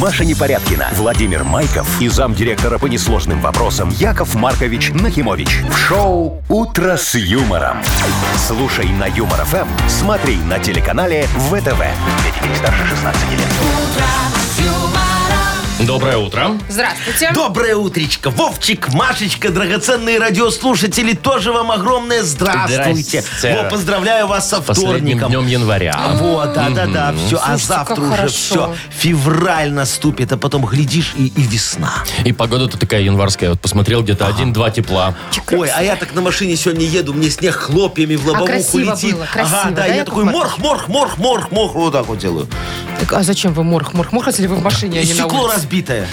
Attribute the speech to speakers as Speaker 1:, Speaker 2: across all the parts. Speaker 1: Маша Непорядкина, Владимир Майков и замдиректора по несложным вопросам Яков Маркович Нахимович. В шоу «Утро с юмором». Слушай на Юмор ФМ, смотри на телеканале ВТВ. детей старше 16 лет.
Speaker 2: Доброе утро.
Speaker 3: Здравствуйте.
Speaker 4: Доброе утречко. Вовчик, Машечка, драгоценные радиослушатели, тоже вам огромное здравствуйте.
Speaker 2: Здрасте.
Speaker 4: Во, поздравляю вас со
Speaker 2: Последним
Speaker 4: вторником.
Speaker 2: днем января.
Speaker 4: Вот, да, да, да, все. А
Speaker 3: Слушайте, как
Speaker 4: завтра уже
Speaker 3: хорошо.
Speaker 4: все. Февраль наступит, а потом глядишь и, и весна.
Speaker 2: И погода-то такая январская. Вот посмотрел, где-то один-два тепла.
Speaker 4: Ой, а я так на машине сегодня еду, мне снег хлопьями в лобовуху
Speaker 3: А красиво
Speaker 4: летит.
Speaker 3: было, красиво,
Speaker 4: ага, да,
Speaker 3: да,
Speaker 4: я
Speaker 3: Яков
Speaker 4: такой морх, морх, морх, морх, морх, вот так вот делаю.
Speaker 3: Так, а зачем вы морх, морх, морх, если вы в машине, а
Speaker 4: И
Speaker 3: не на
Speaker 4: стекло
Speaker 3: улице?
Speaker 4: разбитое.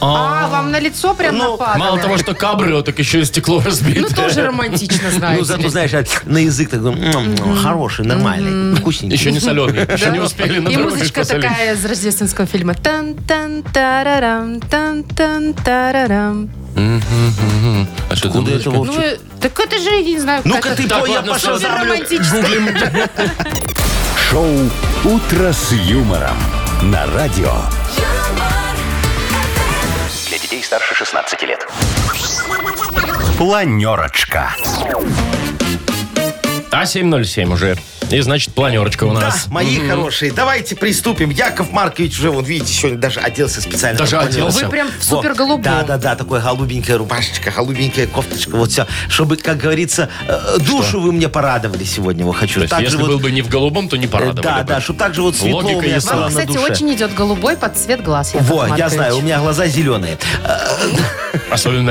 Speaker 3: А, вам на лицо прям
Speaker 4: Ну,
Speaker 3: нападало?
Speaker 2: Мало того, что кабрио, так еще и стекло
Speaker 3: Ну,
Speaker 2: разбито.
Speaker 3: тоже романтично, знаете.
Speaker 4: Ну, зато, знаешь, а, на язык такой м, м, хороший, нормальный, вкусненький.
Speaker 2: Еще не соленый. Еще не успели на
Speaker 3: И
Speaker 2: дороге
Speaker 3: музычка
Speaker 2: посолить.
Speaker 3: такая из рождественского фильма. тан тан тарарам тан тан тарарам
Speaker 2: А что ты
Speaker 4: Куда
Speaker 2: думаешь?
Speaker 4: это,
Speaker 3: Ну,
Speaker 4: Вовчик?
Speaker 3: э, так это же, я не знаю,
Speaker 4: Ну-ка ты
Speaker 3: какая-то-
Speaker 2: Так,
Speaker 4: пой, я
Speaker 2: ладно,
Speaker 4: пошел
Speaker 2: всё,
Speaker 3: Супер
Speaker 4: зарблю.
Speaker 3: романтично.
Speaker 1: Шоу «Утро с юмором» на радио.
Speaker 5: Для детей старше 16 лет.
Speaker 1: Планерочка.
Speaker 2: А 7.07 уже. И значит, планерочка у
Speaker 4: Да,
Speaker 2: нас.
Speaker 4: мои хорошие, давайте приступим. Яков Маркович уже, вот видите, сегодня даже оделся специально.
Speaker 2: Даже
Speaker 4: Такой
Speaker 2: оделся.
Speaker 4: вот.
Speaker 3: Вы прям в
Speaker 4: Во.
Speaker 3: суперголубом.
Speaker 4: Да-да-да, такой голубенькая рубашечка, голубенькая кофточка, вот все. Чтобы, как говорится, э, душу вы мне порадовали сегодня, вот хочу.
Speaker 2: То есть,
Speaker 4: Так же
Speaker 2: если
Speaker 4: вот,
Speaker 2: был бы не в голубом, то не
Speaker 4: э,
Speaker 2: порадовали
Speaker 4: Да,
Speaker 2: бы.
Speaker 4: да, чтобы так же вот светло
Speaker 2: Логика
Speaker 4: у меня
Speaker 2: ясна.
Speaker 4: стало
Speaker 3: Вам,
Speaker 4: на
Speaker 3: кстати,
Speaker 4: душе.
Speaker 3: очень идет голубой под цвет глаз. Яков
Speaker 4: Во, я
Speaker 3: Маркович.
Speaker 4: знаю, у меня глаза зеленые. Э,
Speaker 2: Особенно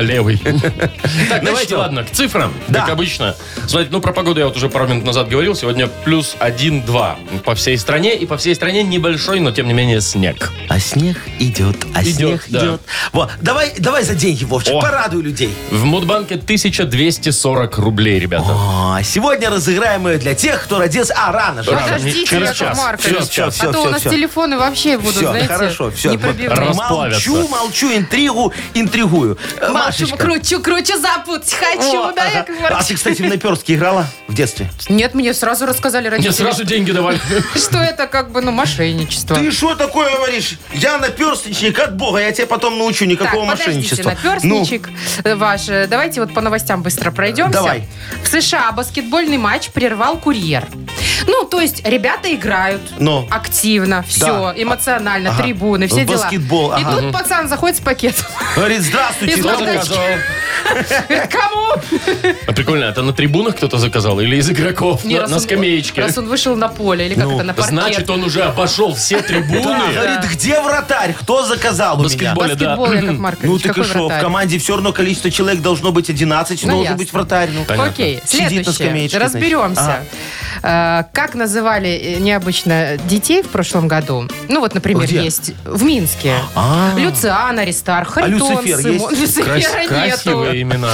Speaker 2: левый. Так, давайте,
Speaker 4: Ну что?
Speaker 2: ладно, к цифрам,
Speaker 4: Да.
Speaker 2: как обычно. Смотрите, ну про погоду я вот уже пару минут назад говорил. Сегодня плюс 1-2 по всей стране. И по всей стране небольшой, но тем не менее снег.
Speaker 4: А снег идет, а
Speaker 2: Идет,
Speaker 4: снег
Speaker 2: да.
Speaker 4: идет. Во, давай, давай за деньги, Вовчик,
Speaker 2: О.
Speaker 4: порадуй людей.
Speaker 2: В Мудбанке 1240 рублей, ребята.
Speaker 4: А, сегодня разыграем ее для тех, кто родился... А, рано же.
Speaker 2: Рано.
Speaker 3: Подождите,
Speaker 2: Через
Speaker 3: Яков
Speaker 2: час.
Speaker 3: Маркович.
Speaker 2: Через час.
Speaker 4: Всё,
Speaker 3: а то
Speaker 4: всё,
Speaker 3: у нас
Speaker 4: всё.
Speaker 3: телефоны вообще будут,
Speaker 4: Всё,
Speaker 3: знаете,
Speaker 4: хорошо, всё.
Speaker 3: не пробивные.
Speaker 2: Раз- Расплавятся.
Speaker 4: Молчу, молчу, интригу, интригую. Э,
Speaker 3: Машу,
Speaker 4: Машечка.
Speaker 3: кручу, кручу, запутать хочу,
Speaker 4: О,
Speaker 3: да,
Speaker 4: ага.
Speaker 3: Яков
Speaker 4: А ты,
Speaker 3: Маркович?
Speaker 4: кстати, в наперстке играла в детстве?
Speaker 3: Нет, мне сразу рассказали
Speaker 2: Мне
Speaker 3: родители,
Speaker 2: сразу деньги давали.
Speaker 3: что это как бы, ну, мошенничество.
Speaker 4: Ты что такое говоришь? Я наперстничник от бога, я тебя потом научу никакого
Speaker 3: так,
Speaker 4: мошенничества. Ну.
Speaker 3: подождите, наперстничек э, ваш. Э, Давайте вот по новостям быстро пройдемся.
Speaker 4: Давай.
Speaker 3: В США баскетбольный матч прервал курьер. Ну, то есть ребята играют
Speaker 4: Ну.
Speaker 3: активно, все, эмоционально,
Speaker 4: Ага.
Speaker 3: трибуны, все
Speaker 4: В
Speaker 3: дела.
Speaker 4: баскетбол,
Speaker 3: И
Speaker 4: ага.
Speaker 3: тут пацан заходит с пакетом.
Speaker 4: Ну, говорит, здравствуйте.
Speaker 3: Из
Speaker 2: Кто
Speaker 4: доктор.
Speaker 3: Мордовки.
Speaker 2: заказал?
Speaker 3: Говорит, Кому?
Speaker 2: А прикольно, это на трибунах кто-то заказал или из игроков?
Speaker 3: Не,
Speaker 2: На
Speaker 3: раз
Speaker 2: на
Speaker 3: он-
Speaker 2: скамеечке.
Speaker 3: Раз он вышел на поле или как
Speaker 4: Ну,
Speaker 3: это, на паркет.
Speaker 2: Значит, он уже обошел все
Speaker 4: Да,
Speaker 2: трибуны.
Speaker 4: говорит, где вратарь? Кто заказал у меня?
Speaker 2: Баскетбол. Более, да.
Speaker 3: Баскетбол, Яков Маркович,
Speaker 4: Ну так и
Speaker 3: а какой
Speaker 4: шо, в
Speaker 3: вратарь?
Speaker 4: команде все равно количество человек должно быть 11,
Speaker 3: Ну,
Speaker 4: должен
Speaker 3: ясно.
Speaker 4: быть вратарь. ну.
Speaker 2: Понятно.
Speaker 3: Окей,
Speaker 4: Сидит на
Speaker 3: следующее.
Speaker 4: скамеечке, значит.
Speaker 3: Разберемся. Э, Как называли э, необычно детей в прошлом году? Ну вот, например,
Speaker 4: Где?
Speaker 3: есть в Минске.
Speaker 4: А.
Speaker 3: Люциан, Аристарх, Харитон,
Speaker 4: Люцифер
Speaker 3: Симон.
Speaker 4: есть?
Speaker 3: Люцифера
Speaker 2: Крас-
Speaker 3: нету.
Speaker 2: Красивые имена.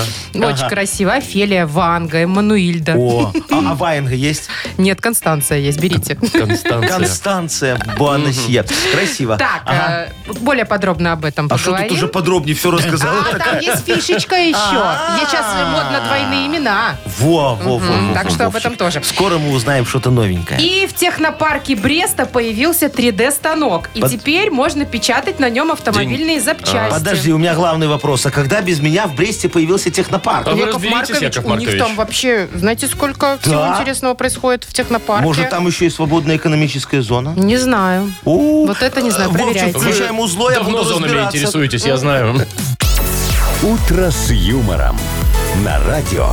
Speaker 3: Очень красиво. Офелия, Ванга, Эммануильда.
Speaker 4: О, а а Ваенга есть?
Speaker 3: Нет, Констанция есть, берите.
Speaker 2: Констанция.
Speaker 4: Констанция Буанасье. Красиво.
Speaker 3: Так,
Speaker 4: Ага.
Speaker 3: э, более подробно об этом
Speaker 4: А что тут уже
Speaker 3: поговорим.
Speaker 4: подробнее все рассказала?
Speaker 3: А, там есть фишечка еще.
Speaker 4: А.
Speaker 3: Я сейчас модно двойные имена.
Speaker 4: Во, во, во,
Speaker 3: Мгм,
Speaker 4: во,
Speaker 3: так
Speaker 4: во,
Speaker 3: что об
Speaker 4: Вовчик.
Speaker 3: этом тоже.
Speaker 4: Скоро мы узнаем что-то новенькое.
Speaker 3: И в технопарке Бреста появился 3D-станок. И
Speaker 4: Под-
Speaker 3: теперь можно печатать на нем автомобильные запчасти.
Speaker 4: Подожди, у меня главный вопрос. А когда без меня в Бресте появился технопарк?
Speaker 2: А вы
Speaker 3: Яков
Speaker 2: разберитесь,
Speaker 3: Маркович,
Speaker 2: Яков
Speaker 3: у них
Speaker 2: Маркович?
Speaker 3: там вообще, знаете, сколько всего
Speaker 4: Да.
Speaker 3: интересного происходит в технопарке?
Speaker 4: Может, там еще и свободная экономическая зона?
Speaker 3: Не знаю.
Speaker 4: О,
Speaker 3: Вот это не знаю,
Speaker 4: Вовчик,
Speaker 3: проверяйте.
Speaker 2: Вы
Speaker 4: включаем узло, я
Speaker 2: давно
Speaker 4: буду
Speaker 2: зонами
Speaker 4: разбираться.
Speaker 2: интересуетесь, я знаю.
Speaker 1: «Утро с юмором» на радио.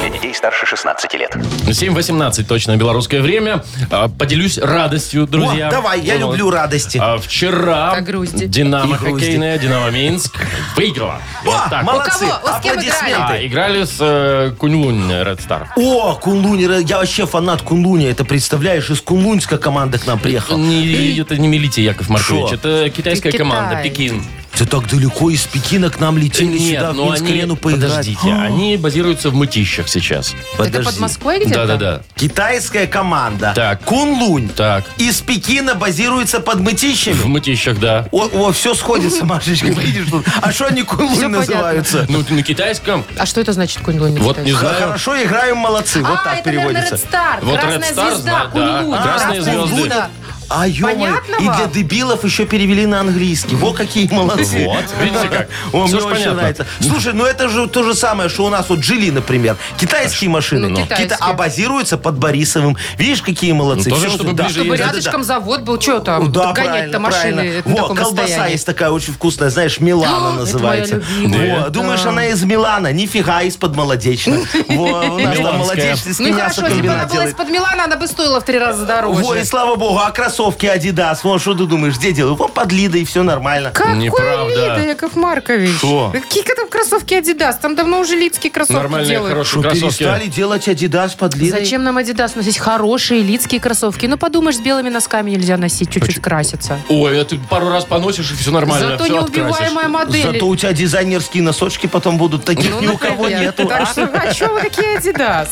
Speaker 5: Для детей старше 16 лет.
Speaker 2: 7.18 точно белорусское время. А, Поделюсь радостью, друзья.
Speaker 4: О, давай, я
Speaker 2: Вот.
Speaker 4: люблю радости.
Speaker 2: А вчера
Speaker 3: О грусти.
Speaker 2: Динамо
Speaker 4: И грусти.
Speaker 2: хоккейная Динамо Минск выиграла. Вот
Speaker 4: О,
Speaker 2: так.
Speaker 4: молодцы,
Speaker 3: У кого? Вот с кем
Speaker 2: А,
Speaker 4: аплодисменты.
Speaker 2: играли с э, Куньлунь Ред Стар.
Speaker 4: О, Кунлуни, я вообще фанат Кунлуни, это представляешь, из Кунлуньска команда к нам приехал.
Speaker 2: Не, это не милите, Яков Маркович.
Speaker 4: Шо?
Speaker 2: Это китайская
Speaker 3: Китай.
Speaker 2: команда, Пекин.
Speaker 4: Ты так далеко из Пекина к нам летели
Speaker 2: Нет,
Speaker 4: сюда, в
Speaker 2: но
Speaker 4: Минск
Speaker 2: они,
Speaker 4: арену поиграть.
Speaker 2: подождите, они базируются в мытищах сейчас.
Speaker 3: Это под
Speaker 4: Подожди.
Speaker 3: Москвой где-то?
Speaker 2: Да-да-да.
Speaker 4: Китайская команда
Speaker 2: Так.
Speaker 4: Кунлунь
Speaker 2: Так,
Speaker 4: из Пекина базируется под
Speaker 2: в
Speaker 4: мытищами.
Speaker 2: мытищах, да.
Speaker 4: О, все сходится, Машечка, видишь тут. А что они
Speaker 3: Всё
Speaker 4: Кунлунь
Speaker 3: понятно.
Speaker 4: называются?
Speaker 2: Ну, на китайском,
Speaker 3: А что это значит кунь-лунь?
Speaker 2: вот не
Speaker 4: Х-
Speaker 2: знаю.
Speaker 4: Хорошо играем, молодцы. Вот
Speaker 3: а,
Speaker 4: так
Speaker 3: это, наверное, Red
Speaker 4: переводится.
Speaker 3: Star.
Speaker 2: Вот
Speaker 3: Красная
Speaker 2: Red Star,
Speaker 3: звезда.
Speaker 2: да, да.
Speaker 3: Кунь-лунь.
Speaker 2: Красные
Speaker 3: Красная
Speaker 2: звезды.
Speaker 3: звезда.
Speaker 4: А, ё
Speaker 3: Понятно
Speaker 4: и
Speaker 3: вам?
Speaker 4: для дебилов еще перевели на английский. Во, какие молодцы.
Speaker 2: Вот, видите как.
Speaker 4: О,
Speaker 2: Всё
Speaker 4: мне
Speaker 2: ж
Speaker 4: очень
Speaker 2: понятно.
Speaker 4: нравится. Слушай, ну это же то же самое, что у нас вот Джили, например. Китайские машины.
Speaker 3: Ну,
Speaker 4: Кита-
Speaker 3: китайские.
Speaker 4: а базируются под Борисовым. Видишь, какие молодцы.
Speaker 2: Ну, тоже,
Speaker 4: Всё,
Speaker 2: чтобы
Speaker 4: что- да.
Speaker 2: ближе
Speaker 3: Чтобы
Speaker 2: Да, да,
Speaker 3: рядышком завод был, что
Speaker 4: Ну,
Speaker 3: там,
Speaker 4: да,
Speaker 3: гонять-то
Speaker 4: правильно,
Speaker 3: машины
Speaker 4: правильно.
Speaker 3: на
Speaker 4: Во,
Speaker 3: таком
Speaker 4: колбаса
Speaker 3: состоянии.
Speaker 4: есть такая очень вкусная, знаешь, Милана
Speaker 3: это
Speaker 4: называется.
Speaker 3: моя любимая.
Speaker 4: Во,
Speaker 3: Да.
Speaker 4: Думаешь, она из Милана? Нифига, из-под Молодечно. Во, у нас там
Speaker 2: Миланская.
Speaker 3: Ну и
Speaker 4: молодечный
Speaker 3: хорошо, если бы она была из-под Милана, она бы стоила в три раза дороже.
Speaker 4: Во, и слава богу, а кроссовки Adidas, ну а что ты думаешь, где делаю? Вот под Лидой, все нормально.
Speaker 3: Какой
Speaker 2: Неправда.
Speaker 3: Лида, Яков Маркович?
Speaker 4: Что?
Speaker 3: Какие там кроссовки Adidas? Там давно уже лидские кроссовки
Speaker 2: Нормальные,
Speaker 3: делают.
Speaker 2: хорошие
Speaker 4: Что,
Speaker 2: кроссовки.
Speaker 4: перестали делать Adidas под Лидой?
Speaker 3: Зачем нам Adidas носить хорошие лидские кроссовки? Ну, подумаешь, с белыми носками нельзя носить, чуть-чуть краситься.
Speaker 2: Ой, а ты пару раз поносишь, и все нормально,
Speaker 3: Зато
Speaker 2: все
Speaker 3: неубиваемая модель.
Speaker 4: Зато у тебя дизайнерские носочки потом будут таких, ни у кого
Speaker 3: Ну, например.
Speaker 4: нету.
Speaker 3: Так что, а что вы такие Adidas?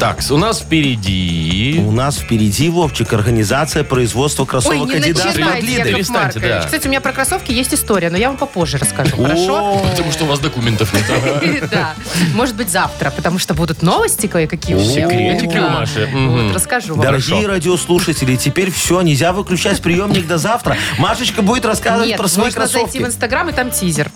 Speaker 2: Так, у нас впереди...
Speaker 4: У нас впереди, Вовчик, организация производства
Speaker 3: Ой,
Speaker 4: кроссовок
Speaker 3: не
Speaker 4: Adidas под
Speaker 3: начинайте,
Speaker 4: Лидой.
Speaker 3: Яков
Speaker 2: Перестаньте,
Speaker 3: Маркович.
Speaker 2: да.
Speaker 3: Кстати, у меня про кроссовки есть история, но я вам попозже расскажу, хорошо?
Speaker 2: Потому что у вас документов нет. Ага.
Speaker 3: Да, может быть завтра, потому что будут новости кое-какие у всех.
Speaker 2: Секретики у
Speaker 3: Да.
Speaker 2: Маши. Мгм.
Speaker 3: Вот, расскажу вам.
Speaker 4: Дорогие радиослушатели, теперь все, нельзя выключать приемник до завтра. Машечка будет рассказывать
Speaker 3: Нет,
Speaker 4: про свои
Speaker 3: можно зайти
Speaker 4: кроссовки.
Speaker 3: в Инстаграм, и там тизер.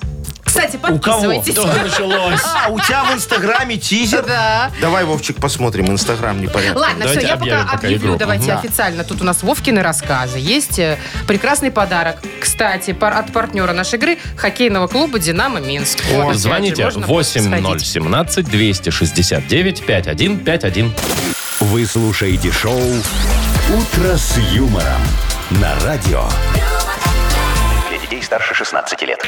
Speaker 3: Кстати,
Speaker 4: У кого?
Speaker 3: подписывайтесь.
Speaker 2: Да, началось.
Speaker 4: А, у тебя в Инстаграме тизер?
Speaker 3: Да.
Speaker 4: Давай, Вовчик, посмотрим. Инстаграм непорядок.
Speaker 3: Ладно,
Speaker 2: Давайте
Speaker 3: все, я пока
Speaker 2: объявим пока
Speaker 3: объявлю,
Speaker 2: игру.
Speaker 3: давайте
Speaker 4: Да.
Speaker 3: официально. Тут у нас Вовкины рассказы. Есть э, прекрасный подарок, кстати, пар- от партнера нашей игры, хоккейного клуба «Динамо Минск». Вот, опять же,
Speaker 2: Звоните
Speaker 3: можно сходить.
Speaker 2: 8017 269 5151.
Speaker 1: Вы слушаете шоу «Утро с юмором» на радио.
Speaker 5: Для детей старше 16 лет.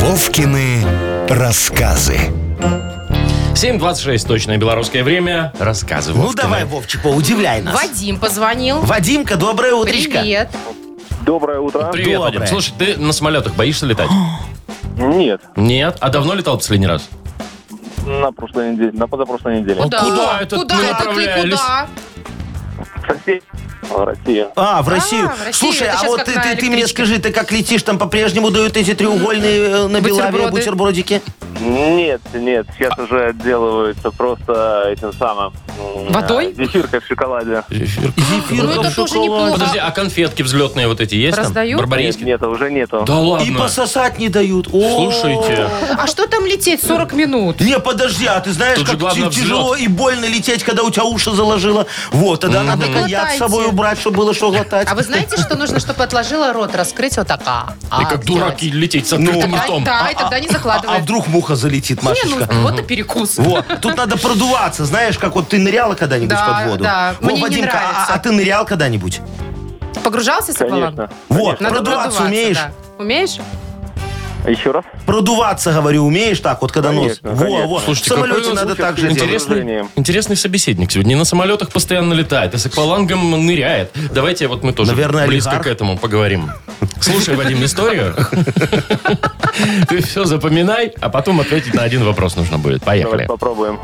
Speaker 1: Вовкины рассказы.
Speaker 2: 7.26, точное белорусское время. Рассказываю.
Speaker 4: Ну давай, Вовчик, удивляй нас.
Speaker 3: Вадим позвонил.
Speaker 4: Вадимка, доброе утречко.
Speaker 3: Привет.
Speaker 6: Доброе утро.
Speaker 2: Привет,
Speaker 4: Доброе.
Speaker 2: Вадим. Слушай, ты на самолетах боишься летать?
Speaker 6: Нет,
Speaker 2: Нет. А давно летал последний раз?
Speaker 6: на прошлой неделе, на позапрошлой неделе.
Speaker 3: Да.
Speaker 2: куда это
Speaker 3: Куда
Speaker 2: мы
Speaker 3: это ты,
Speaker 2: направлялись?
Speaker 3: куда?
Speaker 6: Россия. Россия.
Speaker 4: А, в Россию.
Speaker 3: в Россию.
Speaker 4: Слушай,
Speaker 3: Это
Speaker 4: а
Speaker 3: щас
Speaker 4: вот
Speaker 3: как
Speaker 4: ты,
Speaker 3: на
Speaker 4: ты, ты мне
Speaker 3: электричке.
Speaker 4: скажи, ты как летишь, там по-прежнему дают эти треугольные э, на
Speaker 3: Бутерброды.
Speaker 4: Белаве бутербродики?
Speaker 6: Нет, нет, сейчас уже отделываются просто этим самым... м,
Speaker 3: Водой?
Speaker 6: а, Зефиркой в шоколаде.
Speaker 4: Зефир
Speaker 3: Ну, это тоже неплохо.
Speaker 2: Подожди, а конфетки взлетные вот эти есть
Speaker 3: Раздают?
Speaker 2: там?
Speaker 6: Нет,
Speaker 2: Барбарийские?
Speaker 6: нет, уже нету.
Speaker 2: Да
Speaker 4: И
Speaker 2: ладно.
Speaker 4: пососать не дают. О.
Speaker 2: Слушайте.
Speaker 3: А что там лететь 40 минут?
Speaker 4: Не, подожди, а ты знаешь,
Speaker 2: Тут же
Speaker 4: как
Speaker 2: главное
Speaker 4: ти- тяжело и больно лететь, когда у тебя уши заложило. Вот, тогда надо коньяк
Speaker 3: Глотайте.
Speaker 4: с собой убрать, чтобы было что глотать.
Speaker 3: А вы знаете, что нужно, чтобы отложила рот, раскрыть вот так? а, а, Ну.
Speaker 2: И как
Speaker 3: сделать?
Speaker 2: дураки лететь с открытым
Speaker 3: Да,
Speaker 2: ртом.
Speaker 3: Да, и тогда не
Speaker 4: А
Speaker 3: закладывает.
Speaker 4: вдруг муха залетит,
Speaker 3: Не, ну,
Speaker 4: Машечка?
Speaker 3: вот и перекус.
Speaker 4: Вот, тут надо продуваться, знаешь, как вот ты ныряла когда-нибудь
Speaker 3: Да,
Speaker 4: под воду?
Speaker 3: да.
Speaker 4: Во,
Speaker 3: Мне не
Speaker 4: Вадимка, а-
Speaker 3: нравится.
Speaker 4: А, ты нырял когда-нибудь?
Speaker 3: Погружался с аквалангом?
Speaker 6: Конечно.
Speaker 4: Вот,
Speaker 3: Надо
Speaker 4: продуваться умеешь?
Speaker 3: да. Умеешь?
Speaker 6: Еще раз.
Speaker 4: Продуваться, говорю, умеешь так вот, когда
Speaker 6: Конечно,
Speaker 4: нос...
Speaker 6: конечно.
Speaker 4: Во, во,
Speaker 2: Слушайте,
Speaker 4: в самолете
Speaker 2: какой у нас
Speaker 4: надо
Speaker 2: вообще
Speaker 4: так же делать.
Speaker 2: Интересный,
Speaker 6: Продолжение.
Speaker 2: интересный собеседник сегодня. И на самолетах постоянно летает, и с аквалангом ныряет. Давайте вот мы тоже
Speaker 4: Наверное,
Speaker 2: близко
Speaker 4: олигарх.
Speaker 2: к этому поговорим. Слушай, Вадим, историю. Ты все запоминай, а потом ответить на один вопрос нужно будет.
Speaker 6: Давайте
Speaker 2: Поехали.
Speaker 6: попробуем.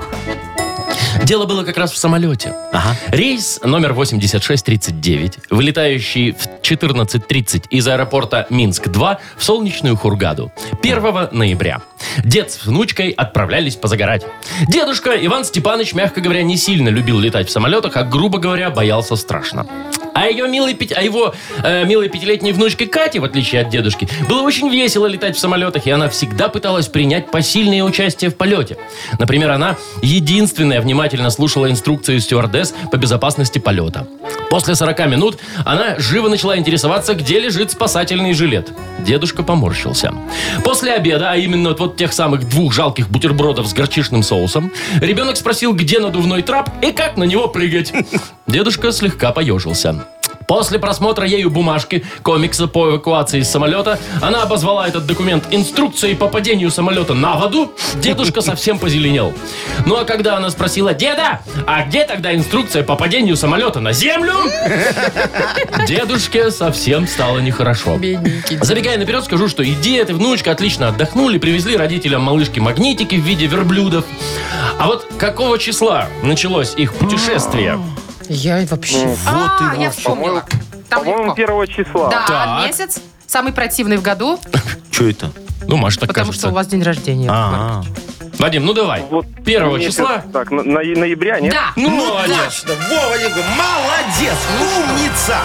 Speaker 2: Дело было как раз в самолете.
Speaker 4: Ага.
Speaker 2: Рейс номер 8639, вылетающий в 14.30 из аэропорта Минск-2 в солнечную Хургаду. 1 ноября. Дед с внучкой отправлялись позагорать. Дедушка Иван Степанович, мягко говоря, не сильно любил летать в самолетах, а, грубо говоря, боялся страшно. А, ее милой пяти- а его э, милой пятилетней внучке Кате, в отличие от дедушки, было очень весело летать в самолетах, и она всегда пыталась принять посильное участие в полете. Например, она единственная внимательно слушала инструкции стюардесс по безопасности полета. После 40 минут она живо начала интересоваться, где лежит спасательный жилет. Дедушка поморщился. После обеда, а именно от вот тех самых двух жалких бутербродов с горчичным соусом, ребенок спросил, где надувной трап и как на него прыгать. Дедушка слегка поежился. После просмотра ею бумажки комикса по эвакуации из самолета, она обозвала этот документ инструкцией по падению самолета на воду, дедушка совсем позеленел. Ну а когда она спросила, деда, а где тогда инструкция по падению самолета на землю? Дедушке совсем стало нехорошо. Забегая наперед, скажу, что и дед, и внучка отлично отдохнули, привезли родителям малышки магнитики в виде верблюдов. А вот какого числа началось их путешествие?
Speaker 3: Я и вообще... А, я вспомнила. Там
Speaker 6: Ну, По-моему,
Speaker 3: легко.
Speaker 6: первого числа.
Speaker 3: Да,
Speaker 2: Так.
Speaker 3: месяц. Самый противный в году,
Speaker 4: Что это?
Speaker 2: Ну, Маша так
Speaker 3: потому что у
Speaker 2: кажется.
Speaker 3: вас день рождения.
Speaker 4: А,
Speaker 2: Вадим, ну давай.
Speaker 6: Вот
Speaker 2: Первого
Speaker 6: мне
Speaker 2: числа.
Speaker 6: кажется, Так, на- на- ноября, нет?
Speaker 3: Да.
Speaker 2: Ну, молодец.
Speaker 4: точно. Вова, я говорю, молодец, умница.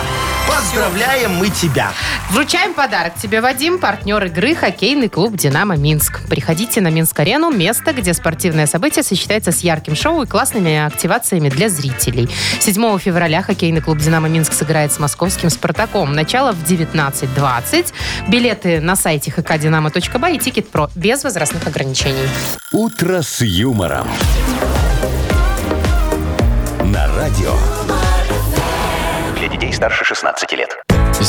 Speaker 4: Поздравляем мы тебя.
Speaker 3: Вручаем подарок тебе, Вадим, партнер игры хоккейный клуб «Динамо Минск». Приходите на Минск-арену, место, где спортивное событие сочетается с ярким шоу и классными активациями для зрителей. 7 февраля хоккейный клуб «Динамо Минск» сыграет с московским «Спартаком». Начало в 19.20. Билеты на сайте hkdinamo.by и тикет про без возрастных ограничений.
Speaker 1: «Утро с юмором». На радио.
Speaker 5: Для детей старше 16 лет.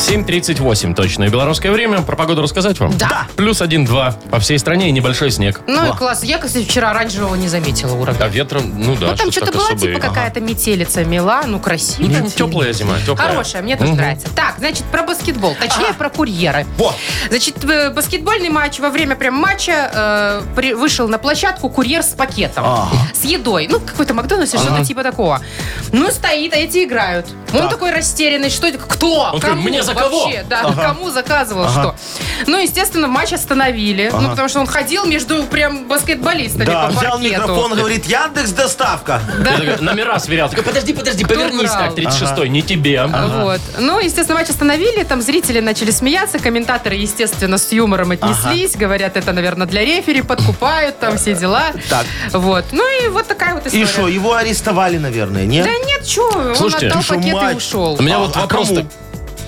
Speaker 2: 7.38 точное белорусское время. Про погоду рассказать вам?
Speaker 3: Да.
Speaker 2: Плюс 1-2 по всей стране и небольшой снег.
Speaker 3: Ну и класс. Я, кстати, вчера оранжевого не заметила уровня.
Speaker 2: А ветром, ну да.
Speaker 3: ну там что-то
Speaker 2: так
Speaker 3: была
Speaker 2: особо и-
Speaker 3: типа
Speaker 2: Ага.
Speaker 3: какая-то метелица мела, ну красиво.
Speaker 2: Ну, там теплая зима, теплая.
Speaker 3: Хорошая, мне тоже нравится. Так, значит, про баскетбол,
Speaker 2: А.
Speaker 3: точнее, про курьеры.
Speaker 4: Вот.
Speaker 3: Значит, э, баскетбольный матч во время прям матча э, при- вышел на площадку курьер с пакетом. С едой. Ну, какой-то Макдональдс или что-то типа такого. Ну, стоит, а эти играют. Он такой растерянный, что это? Кто?
Speaker 2: Он такой,
Speaker 3: кому
Speaker 2: «Мне за кого?»
Speaker 3: вообще? Да, кому заказывал что? Ну, естественно, матч остановили. Ну, потому что он ходил между прям баскетболистами
Speaker 4: Да,
Speaker 3: по
Speaker 4: взял
Speaker 3: паркету.
Speaker 4: микрофон, говорит, Яндекс доставка.
Speaker 2: Я такой, Номера сверял. Такой, подожди, подожди, повернись
Speaker 3: врал?
Speaker 2: так, 36-й, не тебе.
Speaker 3: Вот. Ну, естественно, матч остановили, там зрители начали смеяться, комментаторы, естественно, с юмором отнеслись, говорят, это, наверное, для рефери, подкупают, там все дела.
Speaker 4: Так.
Speaker 3: Вот. Ну и вот такая вот история.
Speaker 4: И что, его арестовали, наверное, нет?
Speaker 3: Да нет, что, он
Speaker 2: Слушайте,
Speaker 3: отдал
Speaker 4: что,
Speaker 3: пакет и
Speaker 4: мать?
Speaker 3: ушел.
Speaker 2: У меня
Speaker 4: А-
Speaker 2: вот
Speaker 4: а
Speaker 2: вопрос
Speaker 4: кому?
Speaker 2: так-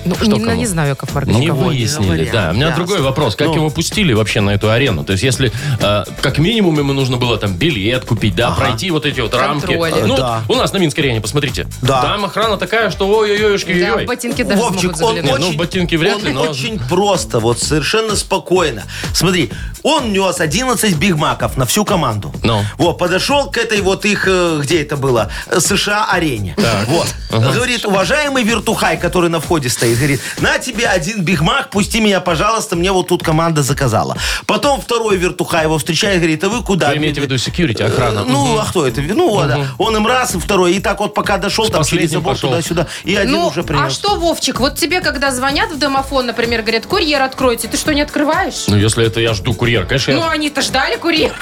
Speaker 3: Ну,
Speaker 2: что
Speaker 3: не,
Speaker 2: кому?
Speaker 3: не знаю, как Маркович,
Speaker 2: Не
Speaker 3: кого.
Speaker 2: выяснили,
Speaker 4: говорят,
Speaker 2: да. У меня
Speaker 4: ясно.
Speaker 2: другой вопрос. Как
Speaker 4: Ну.
Speaker 2: его пустили вообще на эту арену? То есть, если э, как минимум ему нужно было там билет купить, да, пройти вот эти вот рамки.
Speaker 3: Контроль.
Speaker 2: Ну,
Speaker 4: Да.
Speaker 2: у нас на Минской арене, посмотрите.
Speaker 4: Да.
Speaker 2: Там охрана такая, что ой-ой-ой,
Speaker 3: Да, в
Speaker 2: ой
Speaker 3: ботинки даже
Speaker 4: Вовчик,
Speaker 3: смогут
Speaker 4: он
Speaker 3: заглянуть.
Speaker 2: Не, ну,
Speaker 4: очень-
Speaker 2: ботинки вряд
Speaker 4: он
Speaker 2: ли, но-
Speaker 4: очень просто, вот совершенно спокойно. Смотри, он нес 11 бигмаков на всю команду.
Speaker 2: Ну.
Speaker 4: Вот, подошел к этой вот их, э, где это было, Э, США-арене. Вот. Говорит, уважаемый вертухай, который на входе стоит, говорит, на тебе один бигмак, пусти меня, пожалуйста, мне вот тут команда заказала. Потом второй вертухай его встречает, говорит, а вы куда?
Speaker 2: Вы имеете в виду security, охрана?
Speaker 4: Э, Ну, а кто это? Ну, вот, да. он им раз, и второй. И так вот пока дошел, там через
Speaker 2: последним
Speaker 4: забор
Speaker 2: пошел.
Speaker 4: туда-сюда. И один
Speaker 3: Ну,
Speaker 4: уже принес.
Speaker 3: а что, Вовчик, вот тебе, когда звонят в домофон, например, говорят, курьер откройте, ты что, не открываешь?
Speaker 2: Ну, если это я жду курьер, конечно,
Speaker 3: Ну,
Speaker 2: я...
Speaker 3: они-то ждали курьер.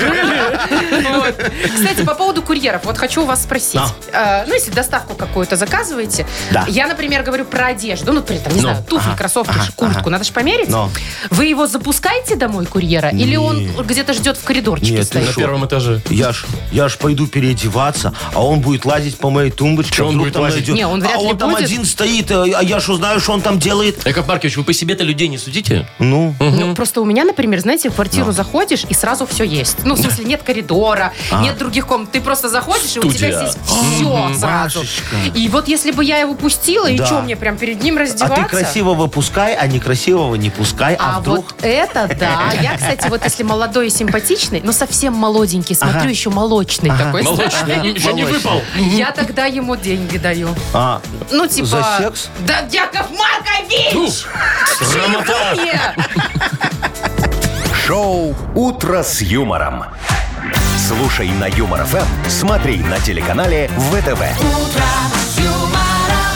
Speaker 3: Вот. Кстати, по поводу курьеров. Вот хочу у вас спросить. Э, Ну, если доставку какую-то заказываете,
Speaker 4: Да.
Speaker 3: я, например, говорю про одежду. Ну, при этом, не
Speaker 2: Ну.
Speaker 3: знаю, туфли, кроссовки, ш- куртку. Надо же померить.
Speaker 4: Но.
Speaker 3: Вы его запускаете домой, курьера? Или он где-то ждет в коридорчике
Speaker 4: Нет, ты
Speaker 2: на
Speaker 3: стоит?
Speaker 4: шо?
Speaker 2: первом этаже.
Speaker 4: Я ж, я ж пойду переодеваться, а он будет лазить по моей тумбочке.
Speaker 2: Чё он
Speaker 4: вдруг
Speaker 2: будет
Speaker 4: там
Speaker 2: лазить?
Speaker 4: найдёт.
Speaker 3: Не, он вряд
Speaker 4: а
Speaker 3: ли
Speaker 4: он там
Speaker 3: будет.
Speaker 4: один стоит, а а я ж узнаю, что он там делает.
Speaker 2: Яков Маркович, вы по себе-то людей не судите?
Speaker 4: Ну,
Speaker 3: Ну, просто у меня, например, знаете, в квартиру заходишь, и сразу все есть. Ну, в смысле, нет коридора,
Speaker 4: А.
Speaker 3: нет других комнат. Ты просто заходишь, и у тебя
Speaker 2: Студия.
Speaker 3: здесь все сразу.
Speaker 4: Машечка.
Speaker 3: И вот если бы я его пустила, и
Speaker 4: Да.
Speaker 3: что, мне прям перед ним
Speaker 4: а
Speaker 3: раздеваться?
Speaker 4: ты красивого пускай, а некрасивого не пускай, а,
Speaker 3: А
Speaker 4: вдруг...
Speaker 3: вот это да. Я, кстати, вот если молодой и симпатичный, но совсем молоденький, смотрю, еще молочный такой.
Speaker 2: Молочный, еще не выпал.
Speaker 3: Я тогда ему деньги даю.
Speaker 4: А,
Speaker 3: Ну, типа...
Speaker 4: За секс?
Speaker 3: Да, Яков Маркович!
Speaker 2: Срамота.
Speaker 3: Нет!
Speaker 1: Шоу «Утро с юмором». Слушай на Юмор ФМ, смотри на телеканале ВТВ.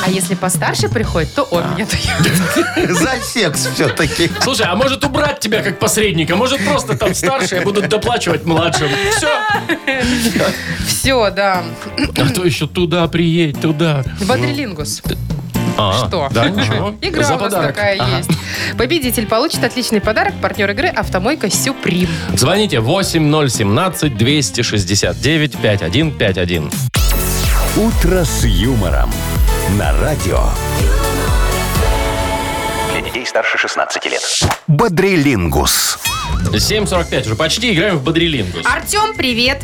Speaker 3: А если постарше приходит, то он мне дает.
Speaker 4: за секс все-таки.
Speaker 2: Слушай, а может убрать тебя как посредника? Может просто там старшие будут доплачивать младшим? Все.
Speaker 3: Все, да.
Speaker 2: А то еще туда приедь, туда.
Speaker 3: Бодрилингус.
Speaker 2: А,
Speaker 3: Что?
Speaker 2: Да, ничего.
Speaker 3: Игра
Speaker 2: За
Speaker 3: у нас
Speaker 2: подарок.
Speaker 3: такая
Speaker 2: Ага.
Speaker 3: есть. Победитель получит отличный подарок. Партнер игры «Автомойка Сюприм».
Speaker 2: Звоните 8017-269-5151.
Speaker 1: «Утро с юмором» на радио
Speaker 5: Для детей старше 16 лет.
Speaker 1: «Бодрилингус».
Speaker 2: 7.45 уже почти, играем в Бодрилингус.
Speaker 3: Артем, привет.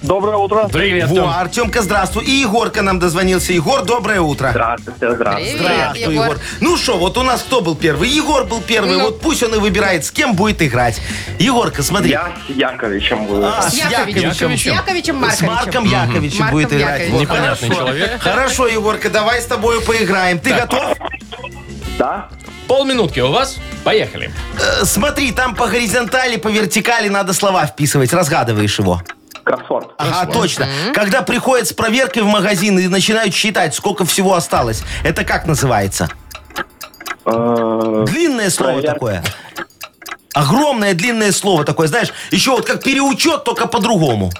Speaker 6: Доброе утро.
Speaker 2: Привет, Тём.
Speaker 4: Во, Артемка, здравствуй. И Егорка нам дозвонился. Егор, доброе утро.
Speaker 6: Здравствуйте, здравствуйте.
Speaker 3: Привет,
Speaker 4: Здравствуй, Егор. Ну что, вот у нас кто был первый? Егор был первый.
Speaker 3: Ну.
Speaker 4: Вот пусть он и выбирает, с кем будет играть. Егорка, смотри.
Speaker 6: Я с Яковичем буду.
Speaker 4: А,
Speaker 3: С Яковичем. С
Speaker 2: Яковичем.
Speaker 3: Яковичем
Speaker 4: С Марком
Speaker 3: Марковичем.
Speaker 4: Яковичем
Speaker 3: Марком
Speaker 4: будет играть.
Speaker 3: Яковичем.
Speaker 4: Вот
Speaker 2: Непонятный
Speaker 4: хорошо.
Speaker 2: человек.
Speaker 4: Хорошо, Егорка, давай с тобой поиграем. Ты готов?
Speaker 6: Да?
Speaker 2: Полминутки у вас. Поехали.
Speaker 4: Э, Смотри, там по горизонтали, по вертикали надо слова вписывать. Разгадываешь его.
Speaker 6: Кроссворд.
Speaker 4: Ага, точно. Когда приходят с проверкой в магазин и начинают считать, сколько всего осталось. Это как называется?
Speaker 6: Э,
Speaker 4: Длинное слово
Speaker 6: Проверка.
Speaker 4: такое. Огромное длинное слово такое, знаешь, еще вот как переучет, только по-другому.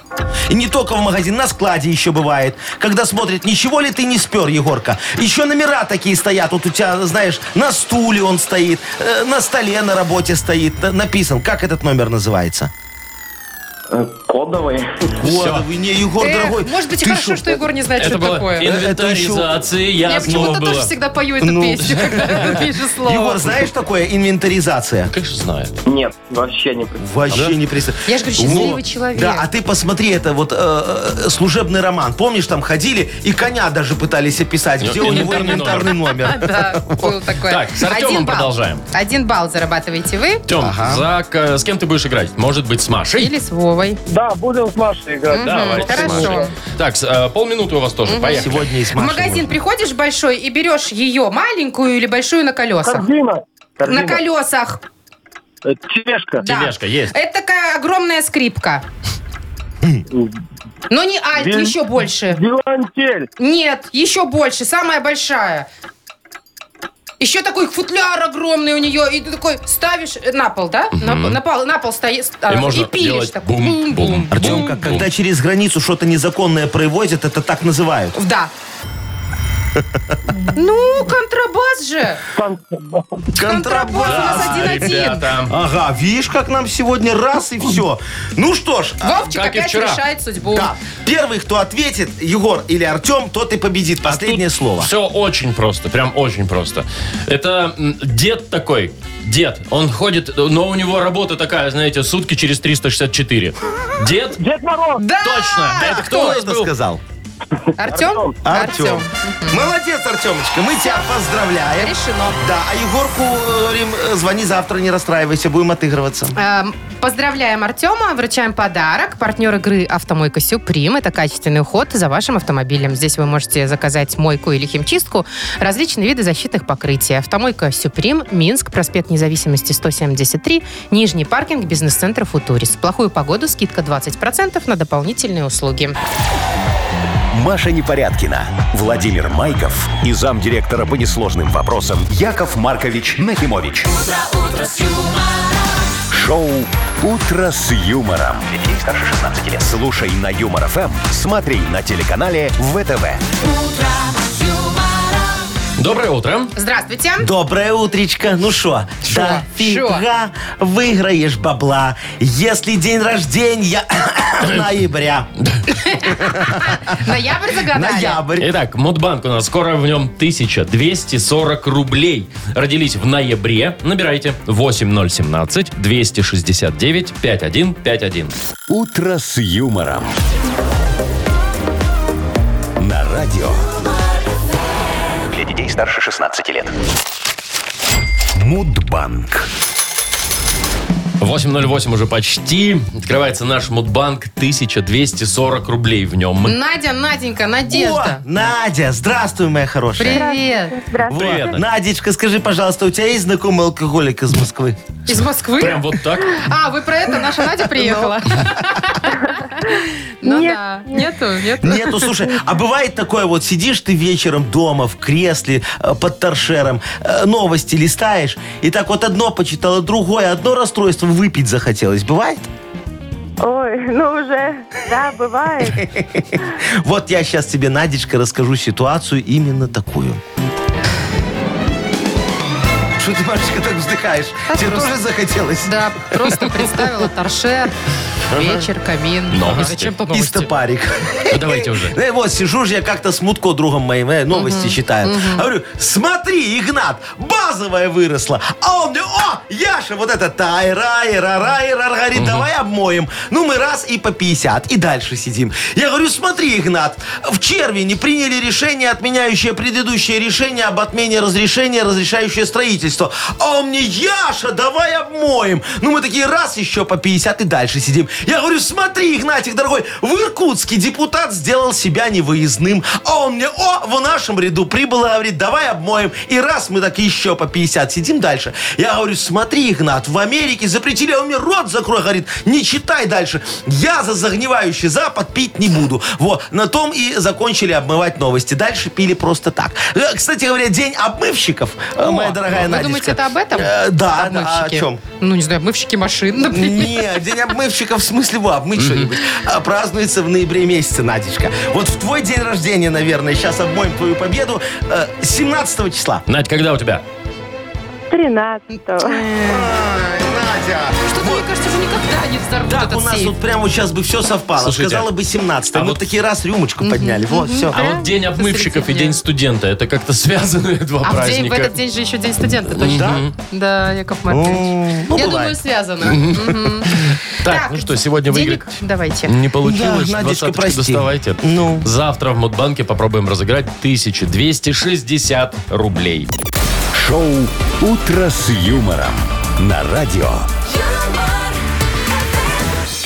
Speaker 4: И не только в магазин, на складе еще бывает. Когда смотрит, ничего ли ты не спер, Егорка? Еще номера такие стоят. Вот у тебя, знаешь, на стуле он стоит, э, на столе на работе стоит, на- написан. Как этот номер называется?
Speaker 6: Кодовый.
Speaker 4: Вот, не, Егор,
Speaker 3: Эх,
Speaker 4: дорогой.
Speaker 3: может быть, и
Speaker 4: ты
Speaker 3: хорошо,
Speaker 4: шо?
Speaker 3: что Егор не знает,
Speaker 2: Это
Speaker 3: что это
Speaker 2: была
Speaker 3: такое.
Speaker 2: инвентаризация,
Speaker 3: Я
Speaker 2: я
Speaker 3: почему-то
Speaker 2: снова
Speaker 3: тоже
Speaker 2: была.
Speaker 3: всегда пою эту
Speaker 4: Ну.
Speaker 3: песню, когда вижу слово.
Speaker 4: Егор, знаешь такое инвентаризация?
Speaker 2: Как же знаю.
Speaker 6: Нет, вообще не представляю.
Speaker 4: Вообще не представляю.
Speaker 3: Я же говорю, счастливый человек.
Speaker 4: Да, а ты посмотри, это вот э, э, служебный роман. Помнишь, там ходили и коня даже пытались описать, где у него
Speaker 2: Инвентарный
Speaker 4: инвентарный номер.
Speaker 3: Да, было такое.
Speaker 2: Так, с Артемом
Speaker 3: Один балл.
Speaker 2: продолжаем.
Speaker 3: Один балл зарабатываете вы
Speaker 2: Тем, за, к- с кем ты будешь играть? Может быть, с Машей?
Speaker 3: или с Вовой.
Speaker 6: Да, будем с Машей играть.
Speaker 2: Давайте, с
Speaker 3: хорошо.
Speaker 2: Машей. Так, с- э, полминуты у вас тоже. Поехали.
Speaker 4: Сегодня и с
Speaker 3: В
Speaker 4: Машей
Speaker 3: магазин
Speaker 4: можно.
Speaker 3: приходишь большой и берешь ее маленькую или большую на колесах?
Speaker 6: Корзина.
Speaker 3: На колесах.
Speaker 6: Э, Тележка.
Speaker 3: Да.
Speaker 2: Тележка есть.
Speaker 3: Это такая огромная скрипка.
Speaker 4: Хм.
Speaker 3: Но не альт,
Speaker 6: Вин-
Speaker 3: еще больше.
Speaker 6: Дилантель.
Speaker 3: Нет, еще больше, самая большая. Еще такой футляр огромный у нее, и ты такой ставишь э, на пол, да? На, пол- на пол, на пол стоит,
Speaker 2: И
Speaker 3: а,
Speaker 2: можно
Speaker 3: пилишь
Speaker 2: делать
Speaker 3: такой.
Speaker 2: бум, бум.
Speaker 4: Артемка,
Speaker 2: Бум,
Speaker 4: когда через границу что-то незаконное производят, это так называют.
Speaker 3: Да. Ну, контрабас же. Контрабас у нас
Speaker 2: бум.
Speaker 3: один-один.
Speaker 2: Ребята,
Speaker 4: Ага, видишь, как нам сегодня раз и все. Ну что ж, а,
Speaker 3: Вовчик
Speaker 2: Как и
Speaker 3: опять
Speaker 2: вчера.
Speaker 3: решает судьбу.
Speaker 4: да, первый, кто ответит, Егор или Артем, тот и
Speaker 2: А
Speaker 4: победит. Последнее слово.
Speaker 2: Все очень просто, прям очень просто. Это м, дед такой, дед, он ходит, но у него работа такая, знаете, сутки через 364. Дед?
Speaker 6: Дед Мороз.
Speaker 3: Да!
Speaker 2: Точно! Это кто у нас
Speaker 4: это
Speaker 2: был?
Speaker 4: сказал?
Speaker 3: Артем?
Speaker 4: Артем. Молодец, Артемочка, мы тебя поздравляем.
Speaker 3: Решено.
Speaker 4: Да, а Егорку э, говорим, э, звони завтра, не расстраивайся, будем отыгрываться.
Speaker 3: Эм, Поздравляем Артема, вручаем подарок. Партнер игры «Автомойка Сюприм» — это качественный уход за вашим автомобилем. Здесь вы можете заказать мойку или химчистку, различные виды защитных покрытий. «Автомойка Сюприм», Минск, проспект Независимости, 173, Нижний паркинг, бизнес-центр «Футурист». В плохую погоду скидка 20% на дополнительные услуги.
Speaker 1: Маша Непорядкина, Владимир Майков и замдиректора по несложным вопросам Яков Маркович Нахимович. Шоу Утро с юмором. Детей старше 16 лет. Слушай на юмор ФМ, смотри на телеканале ВТВ.
Speaker 2: Доброе утро.
Speaker 3: Здравствуйте.
Speaker 4: Доброе утречко. Ну шо,
Speaker 3: Шо?
Speaker 4: да фига выиграешь бабла, если день рождения ноября.
Speaker 3: Ноябрь загадали.
Speaker 4: Ноябрь.
Speaker 2: Итак, Мудбанк у нас скоро в нем 1240 рублей. Родились в ноябре. Набирайте 8017 269 5151.
Speaker 1: Утро с юмором. На радио
Speaker 5: Для детей старше 16 лет.
Speaker 1: Мудбанк.
Speaker 2: 808 уже почти. Открывается наш Мудбанк 1240 рублей в нем.
Speaker 3: Надя, Наденька,
Speaker 4: О,
Speaker 3: Э, Надежда.
Speaker 4: Надя, здравствуй, моя хорошая.
Speaker 3: Привет.
Speaker 4: Вот.
Speaker 2: Привет.
Speaker 4: Надечка, скажи, пожалуйста, у тебя есть знакомый алкоголик из Москвы?
Speaker 3: Из Москвы?
Speaker 2: Прям вот так?
Speaker 3: А, вы про это? Наша Надя приехала. Ну да. Нету, нету.
Speaker 4: Нету, слушай, а бывает такое, вот сидишь ты вечером дома в кресле э, под торшером, э, новости листаешь, и так вот одно почитала, другое, одно расстройство выпить захотелось. Бывает?
Speaker 7: Ой, ну уже, да, бывает.
Speaker 4: Вот я сейчас тебе, Надечка, расскажу ситуацию именно такую. Что ты, Машечка, так вздыхаешь? Тебе тоже захотелось?
Speaker 3: Да, просто представила торшер, вечер, камин.
Speaker 2: Новости.
Speaker 3: Зачем-то
Speaker 4: И
Speaker 3: новости.
Speaker 4: стопарик.
Speaker 2: Ну, Давайте уже.
Speaker 4: Ну и вот сижу же я как-то с Мутко другом моим, э, новости читаю. А Говорю, смотри, Игнат, базовая выросла. А он мне, о, Яша, вот это тайра, ира, ра, ира, ра», говорит, давай обмоем. Ну мы раз и по 50, и дальше сидим. Я говорю, смотри, Игнат, в червине приняли решение, отменяющее предыдущее решение об отмене разрешения, разрешающее строительство. А он мне, Яша, давай обмоем. Ну мы такие раз еще по 50 и дальше сидим. Я говорю, смотри, Игнатик, дорогой, в Иркутске депутат сделал себя невыездным. А он мне, о, в нашем ряду прибыло, говорит, давай обмоем. И раз мы так еще по 50 сидим дальше. Я говорю, смотри, Игнат, в Америке запретили, а он мне рот закрой, говорит, не читай дальше. Я за загнивающий запад пить не буду. Вот, на том и закончили обмывать новости. Дальше пили просто так. Э, Кстати говоря, день обмывщиков, э, моя дорогая
Speaker 3: Вы
Speaker 4: Надечка.
Speaker 3: думаете, это об этом?
Speaker 4: Э, да, да, о
Speaker 3: Обмывщики.
Speaker 4: чем?
Speaker 3: Ну, не знаю, обмывщики машин, например.
Speaker 4: Нет, день обмывщиков, в смысле, во, обмыть что-нибудь, а, празднуется в ноябре месяце, Надечка. Вот в твой день рождения, наверное, сейчас обмоем твою победу, э, 17 числа.
Speaker 2: Надь, когда у тебя?
Speaker 7: 13
Speaker 4: Ай, Надя!
Speaker 3: Что-то, мне кажется, уже никогда не взорвут
Speaker 4: Так,
Speaker 3: этот
Speaker 4: у нас
Speaker 3: сейф.
Speaker 4: вот прямо вот сейчас бы все совпало.
Speaker 2: Слушайте,
Speaker 4: Сказала бы 17
Speaker 2: а
Speaker 4: Мы
Speaker 2: вот-
Speaker 4: вот такие раз рюмочку подняли. Вот, все.
Speaker 2: А вот день обмывщиков и
Speaker 3: Посреди
Speaker 2: день
Speaker 3: дня.
Speaker 2: студента, это как-то связанные два
Speaker 3: А в, день- в
Speaker 2: праздника.
Speaker 3: этот день же еще день студента, точно? Да, Яков Маркович.
Speaker 4: ну,
Speaker 3: Я думаю,
Speaker 4: бывает.
Speaker 3: связано. Мгм.
Speaker 2: Так, ну что, сегодня
Speaker 3: денег
Speaker 2: выиграть
Speaker 3: Давайте.
Speaker 2: не получилось.
Speaker 4: Да, Надечка,
Speaker 2: Двадцаточку
Speaker 4: прости.
Speaker 2: доставайте.
Speaker 4: Ну.
Speaker 2: Завтра в Мудбанке попробуем разыграть 1260 рублей.
Speaker 1: Шоу «Утро с юмором» на радио.
Speaker 8: юмор,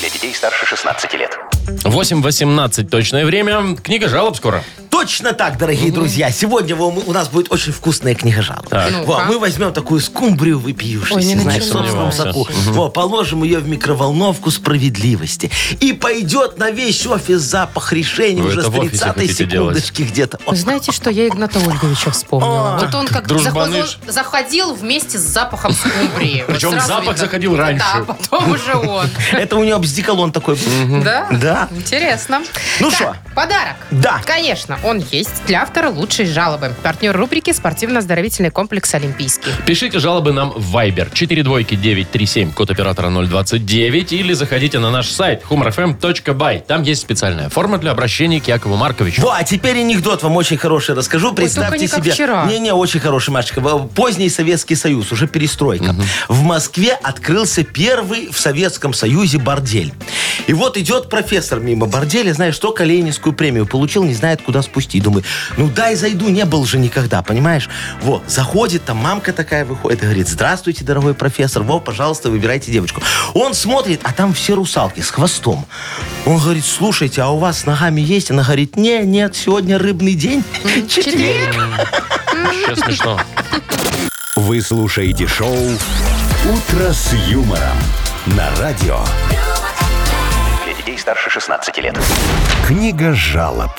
Speaker 5: Для детей старше 16 лет.
Speaker 2: 8.18 точное время. Книга жалоб скоро.
Speaker 4: Точно так, дорогие друзья. Сегодня вам- у нас будет очень вкусная книга жалоб.
Speaker 3: Ну-ка.
Speaker 4: Во, мы возьмем такую скумбрию
Speaker 3: Ой, не
Speaker 4: выпившуюся, знаешь, в
Speaker 3: начинай.
Speaker 4: собственном соку. Во, положим ее в микроволновку справедливости. И пойдет на весь офис запах решений
Speaker 2: Вы
Speaker 4: уже с
Speaker 2: это в офисе
Speaker 4: 30
Speaker 2: хотите
Speaker 4: секундочки где-то. О,
Speaker 3: Вы знаете, что я Игната Ольговича вспомнила. Вот он как заходил,
Speaker 2: дружбаныш.
Speaker 3: заходил вместе с запахом скумбрии. Вот
Speaker 2: Причем
Speaker 3: сразу
Speaker 2: запах
Speaker 3: видно.
Speaker 2: заходил раньше.
Speaker 3: Да, потом уже он.
Speaker 4: Это у него бздиколон такой.
Speaker 3: Да?
Speaker 4: Да.
Speaker 3: Интересно.
Speaker 4: Ну
Speaker 3: Так,
Speaker 4: шо?
Speaker 3: Подарок.
Speaker 4: Да.
Speaker 3: Конечно, он есть для автора лучшей жалобы. Партнер рубрики «Спортивно-оздоровительный комплекс Олимпийский».
Speaker 2: Пишите жалобы нам в Viber 42937, код оператора 029, или заходите на наш сайт humorfm.by. Там есть специальная форма для обращения к Якову Марковичу.
Speaker 4: Во, а теперь анекдот вам очень хороший расскажу. Представьте
Speaker 3: не как
Speaker 4: себе.
Speaker 3: вчера.
Speaker 4: Не, не, очень хороший, Машечка. Во, Поздний Советский Союз, уже перестройка. В Москве открылся первый в Советском Союзе бордель. И вот идет профессор мимо борделя, знаешь, что Калининскую премию получил, не знает, куда спустить. Думаю, ну дай зайду, не был же никогда, понимаешь? Вот, заходит, там мамка такая выходит и говорит, здравствуйте, дорогой профессор, во, пожалуйста, выбирайте девочку. Он смотрит, а там все русалки с хвостом. Он говорит, слушайте, а у вас с ногами есть? Она говорит, не, нет, сегодня рыбный день. Четверг.
Speaker 2: Сейчас смешно.
Speaker 1: Вы слушаете шоу «Утро с юмором» на радио.
Speaker 5: Для детей старше 16 лет.
Speaker 1: Книга жалоб.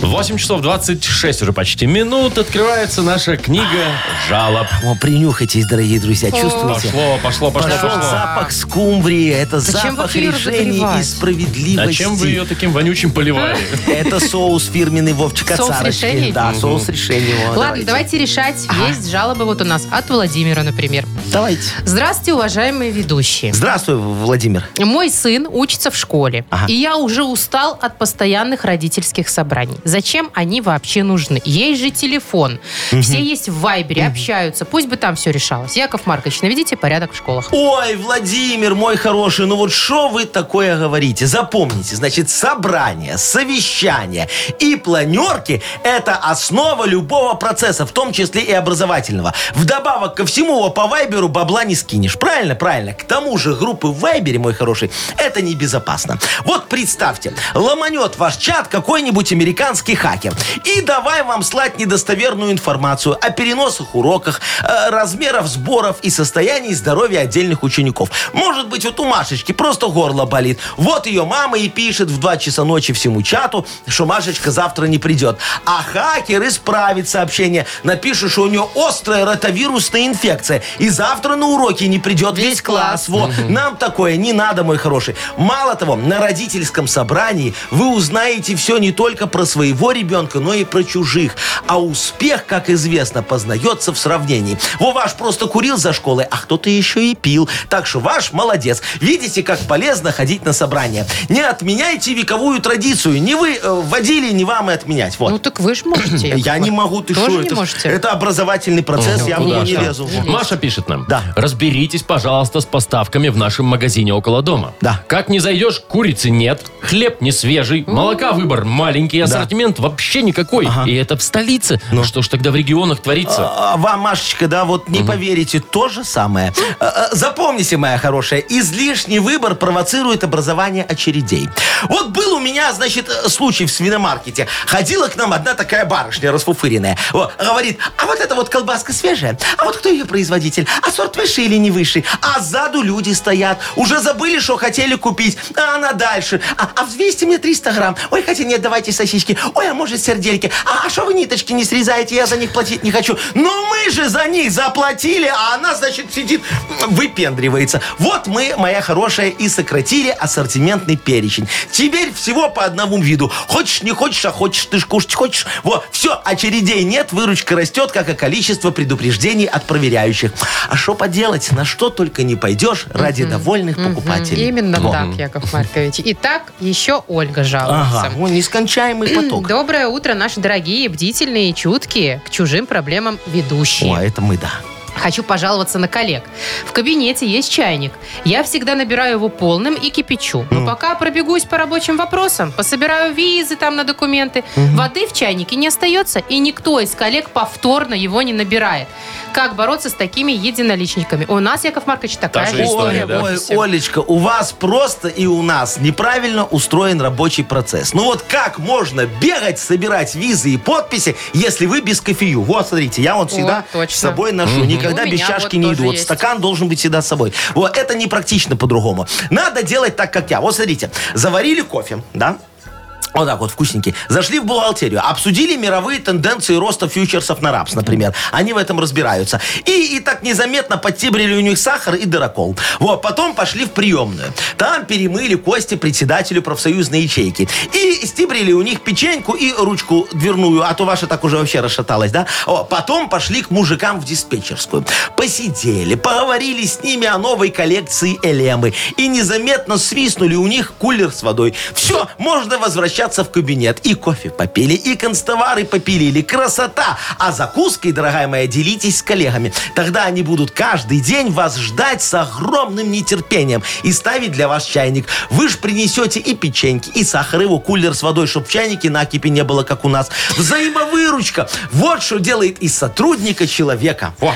Speaker 2: 8 часов 26 уже почти минут. Открывается наша книга жалоб.
Speaker 4: О, принюхайтесь, дорогие друзья, чувствуете?
Speaker 2: Пошло, пошло, пошло,
Speaker 4: Пошел
Speaker 2: пошло.
Speaker 4: запах скумбрии, это
Speaker 3: Зачем вы
Speaker 4: запах
Speaker 3: фиру
Speaker 4: решений и
Speaker 3: разогревать?
Speaker 4: справедливости.
Speaker 2: Зачем А вы ее таким вонючим поливали?
Speaker 4: Это соус фирменный Вовчика
Speaker 3: Соус
Speaker 4: Царочки.
Speaker 3: решений?
Speaker 4: Да, соус решений. вот,
Speaker 3: Ладно, давайте решать. Есть жалобы вот у нас от Владимира, например.
Speaker 4: Давайте.
Speaker 3: Здравствуйте, уважаемые ведущие.
Speaker 4: Здравствуй, Владимир.
Speaker 3: Мой сын учится в школе, и я уже устал от постоянных родительских собраний. Зачем они вообще нужны? Есть же телефон. Все есть в Вайбере, общаются. Пусть бы там все решалось. Яков Маркович, наведите порядок в школах.
Speaker 4: Ой, Владимир, мой хороший, ну вот что вы такое говорите? Запомните, значит, собрание, совещание и планерки – это основа любого процесса, в том числе и образовательного. Вдобавок ко всему, во, по Вайберу бабла не скинешь. Правильно? Правильно. К тому же группы в Вайбере, мой хороший, это небезопасно. Вот представьте, ломанет ваш чат какой-нибудь американский хакер и давай вам слать недостоверную информацию о переносах уроках, э, размеров сборов и состоянии здоровья отдельных учеников. Может быть, вот у Машечки просто горло болит. Вот ее мама и пишет в 2 часа ночи всему чату, что Машечка завтра не придет. А хакер исправит сообщение, напишет, что у нее острая ротовирусная инфекция и завтра на уроки не придет весь, класс. Во, Нам такое не надо, мой хороший. Мало того, на родительском собрании вы узнаете все не только про своего ребенка, но и про чужих. А успех, как известно, познается в сравнении. Во, ваш просто курил за школой, а кто-то еще и пил. Так что ваш молодец. Видите, как полезно ходить на собрание. Не отменяйте вековую традицию. Не вы э, вводили, не вам и отменять. Вот.
Speaker 3: Ну так вы же можете. Яков
Speaker 4: Я
Speaker 3: Маркович.
Speaker 4: не могу, ты
Speaker 3: Тоже
Speaker 4: что,
Speaker 3: не
Speaker 4: это, ж-
Speaker 3: можете?
Speaker 4: это образовательный процесс, я в
Speaker 2: Куда
Speaker 4: него
Speaker 2: ж
Speaker 4: не
Speaker 2: там?
Speaker 4: лезу. Во.
Speaker 2: Маша пишет нам. Владимировна,
Speaker 4: Да.
Speaker 2: разберитесь, пожалуйста, с поставками в нашем магазине около дома.
Speaker 4: Да.
Speaker 2: Как не зайдешь, курицы нет, хлеб не свежий, молока выбор маленький, ассортимент вообще никакой. И это в столице. Ну что ж тогда в регионах творится?
Speaker 4: А, Вам, Машечка, да, вот не поверите, то же самое. А, а, Запомните, моя хорошая, излишний выбор провоцирует образование очередей. Вот был у меня, значит, э, случай в свиномаркете. Ходила к нам одна такая барышня расфуфыренная. Во, говорит, а вот эта вот колбаска свежая? А вот кто ее производитель? А сорт выше или не выше? А сзаду люди стоят. Уже забыли, что хотели купить. А она дальше. А, а в 200 мне 300 грамм. Ой, хотя нет, давайте сосиски. Ой, а может сердельки. А что вы ниточки не срезаете? Я за них платить не хочу. Но мы же за них заплатили, а она, значит, сидит, м, выпендривается. Вот мы, моя хорошая, и сократили ассортиментный перечень. Теперь всего по одному виду. Хочешь, не хочешь, а хочешь, ты ж кушать хочешь. Вот, все, очередей нет, выручка растет, как и количество предупреждений от проверяющих. А что поделать, на что только не пойдешь ради довольных покупателей.
Speaker 3: Именно
Speaker 4: Во.
Speaker 3: так, Яков Маркович. Итак, еще Ольга жалуется.
Speaker 4: Ага, О, нескончаемый поток.
Speaker 3: Доброе утро, наши дорогие, бдительные, чуткие, к чужим проблемам ведущие.
Speaker 4: О, а это мы, да.
Speaker 3: Хочу пожаловаться на коллег. В кабинете есть чайник. Я всегда набираю его полным и кипячу.
Speaker 2: Ну.
Speaker 3: Но пока пробегусь по рабочим вопросам, пособираю визы там на документы, воды в чайнике не остается, и никто из коллег повторно его не набирает. Как бороться с такими единоличниками? У нас, Яков Маркович, такая
Speaker 2: же
Speaker 3: же
Speaker 2: история,
Speaker 3: история.
Speaker 2: да.
Speaker 3: была.
Speaker 4: Ой, Олечка, у вас просто и у нас неправильно устроен рабочий процесс. Ну вот как можно бегать, собирать визы и подписи, если вы без кофею? Вот, смотрите, я вот всегда
Speaker 3: точно.
Speaker 4: с собой ношу, никогда
Speaker 3: У
Speaker 4: без
Speaker 3: меня
Speaker 4: чашки
Speaker 3: вот
Speaker 4: не
Speaker 3: тоже
Speaker 4: иду. Вот
Speaker 3: есть.
Speaker 4: стакан должен быть всегда с собой. Вот, это непрактично по-другому. Надо делать так, как я. Вот, смотрите, заварили кофе, да? Вот так вот, вкусненький. Зашли в бухгалтерию, обсудили мировые тенденции роста фьючерсов на рапс, например. Они в этом разбираются. И, и так незаметно подтибрили у них сахар и дырокол. Вот, потом пошли в приемную. Там перемыли кости председателю профсоюзной ячейки. И стибрили у них печеньку и ручку дверную, а то ваша так уже вообще расшаталась, да? О, потом пошли к мужикам в диспетчерскую. Посидели, поговорили с ними о новой коллекции Элемы. И незаметно свистнули у них кулер с водой. Все, можно возвращаться в кабинет. И кофе попили, и констовары попилили. Красота! А закуской, дорогая моя, делитесь с коллегами. Тогда они будут каждый день вас ждать с огромным нетерпением и ставить для вас чайник. Вы же принесете и печеньки, и сахар, и его кулер с водой, чтобы в чайнике накипи не было, как у нас. Взаимовыручка! Вот что делает из сотрудника человека. Во.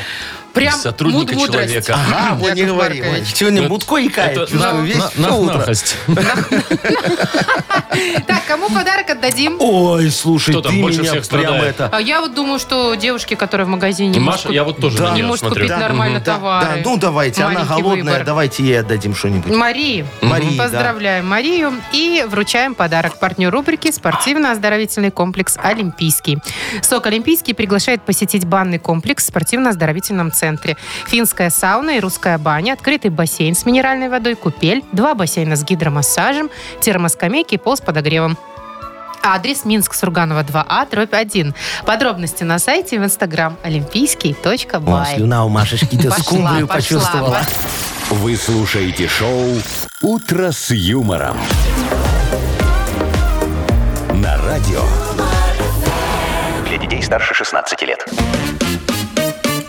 Speaker 3: Прям
Speaker 2: Сотрудника
Speaker 3: муд-мудрость.
Speaker 2: человека.
Speaker 4: А, вот не
Speaker 3: Яков
Speaker 4: говори.
Speaker 3: Маркович.
Speaker 4: Ой, Сегодня Мутко и
Speaker 2: Это
Speaker 4: кает. Чувствую
Speaker 2: на-
Speaker 4: весь
Speaker 2: на-
Speaker 4: всё утро.
Speaker 2: нахнахость.
Speaker 3: Так, кому подарок отдадим?
Speaker 4: Ой, слушай,
Speaker 2: Кто там
Speaker 4: ты
Speaker 2: больше
Speaker 4: меня
Speaker 2: всех
Speaker 4: прям
Speaker 2: страдает?
Speaker 4: это...
Speaker 3: А я вот думаю, что девушки, которые в магазине...
Speaker 2: Маша, я вот тоже
Speaker 4: Да.
Speaker 2: на
Speaker 3: не
Speaker 2: нее
Speaker 3: может
Speaker 2: смотрю.
Speaker 3: купить нормально
Speaker 4: Да, да,
Speaker 3: товары.
Speaker 4: ну давайте, она
Speaker 3: Маленький
Speaker 4: голодная,
Speaker 3: выбор. Ну,
Speaker 4: давайте ей отдадим что-нибудь.
Speaker 3: Марии.
Speaker 4: Марии, да.
Speaker 3: Поздравляем Марию и вручаем подарок партнеру рубрики «Спортивно-оздоровительный комплекс Олимпийский». СОК «Олимпийский» приглашает посетить банный комплекс в спортивно-оздоровительном центре. Финская сауна и русская баня, открытый бассейн с минеральной водой, купель, два бассейна с гидромассажем, термоскамейки и пол с подогревом. Адрес Минск, Сурганова 2А, дробь 1. Подробности на сайте и в инстаграм
Speaker 4: О,
Speaker 3: олимпийский.бай.
Speaker 4: слюна у Машечки, ты
Speaker 3: Пошла,
Speaker 4: скумбрию
Speaker 3: пошла,
Speaker 4: почувствовала.
Speaker 3: пошла.
Speaker 1: Вы слушаете шоу «Утро с юмором». На радио
Speaker 5: Для детей старше 16 лет.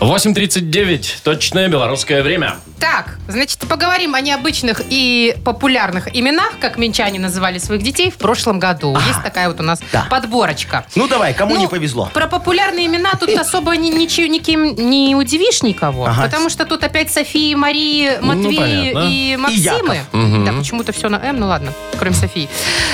Speaker 2: 8.39, точное белорусское время.
Speaker 3: Так, значит, поговорим о необычных и популярных именах, как минчане называли своих детей в прошлом году. Есть такая вот у нас
Speaker 4: да.
Speaker 3: подборочка.
Speaker 4: Ну давай, кому
Speaker 3: Ну,
Speaker 4: не повезло?
Speaker 3: Про популярные имена тут особо ни- ничего никим не удивишь никого, потому что тут опять Софии, Марии, Матвеи
Speaker 2: понятно.
Speaker 3: и Максимы.
Speaker 4: Ну, Яков.
Speaker 2: Мгм.
Speaker 3: Да, почему-то все на М, ну ладно, кроме Софии.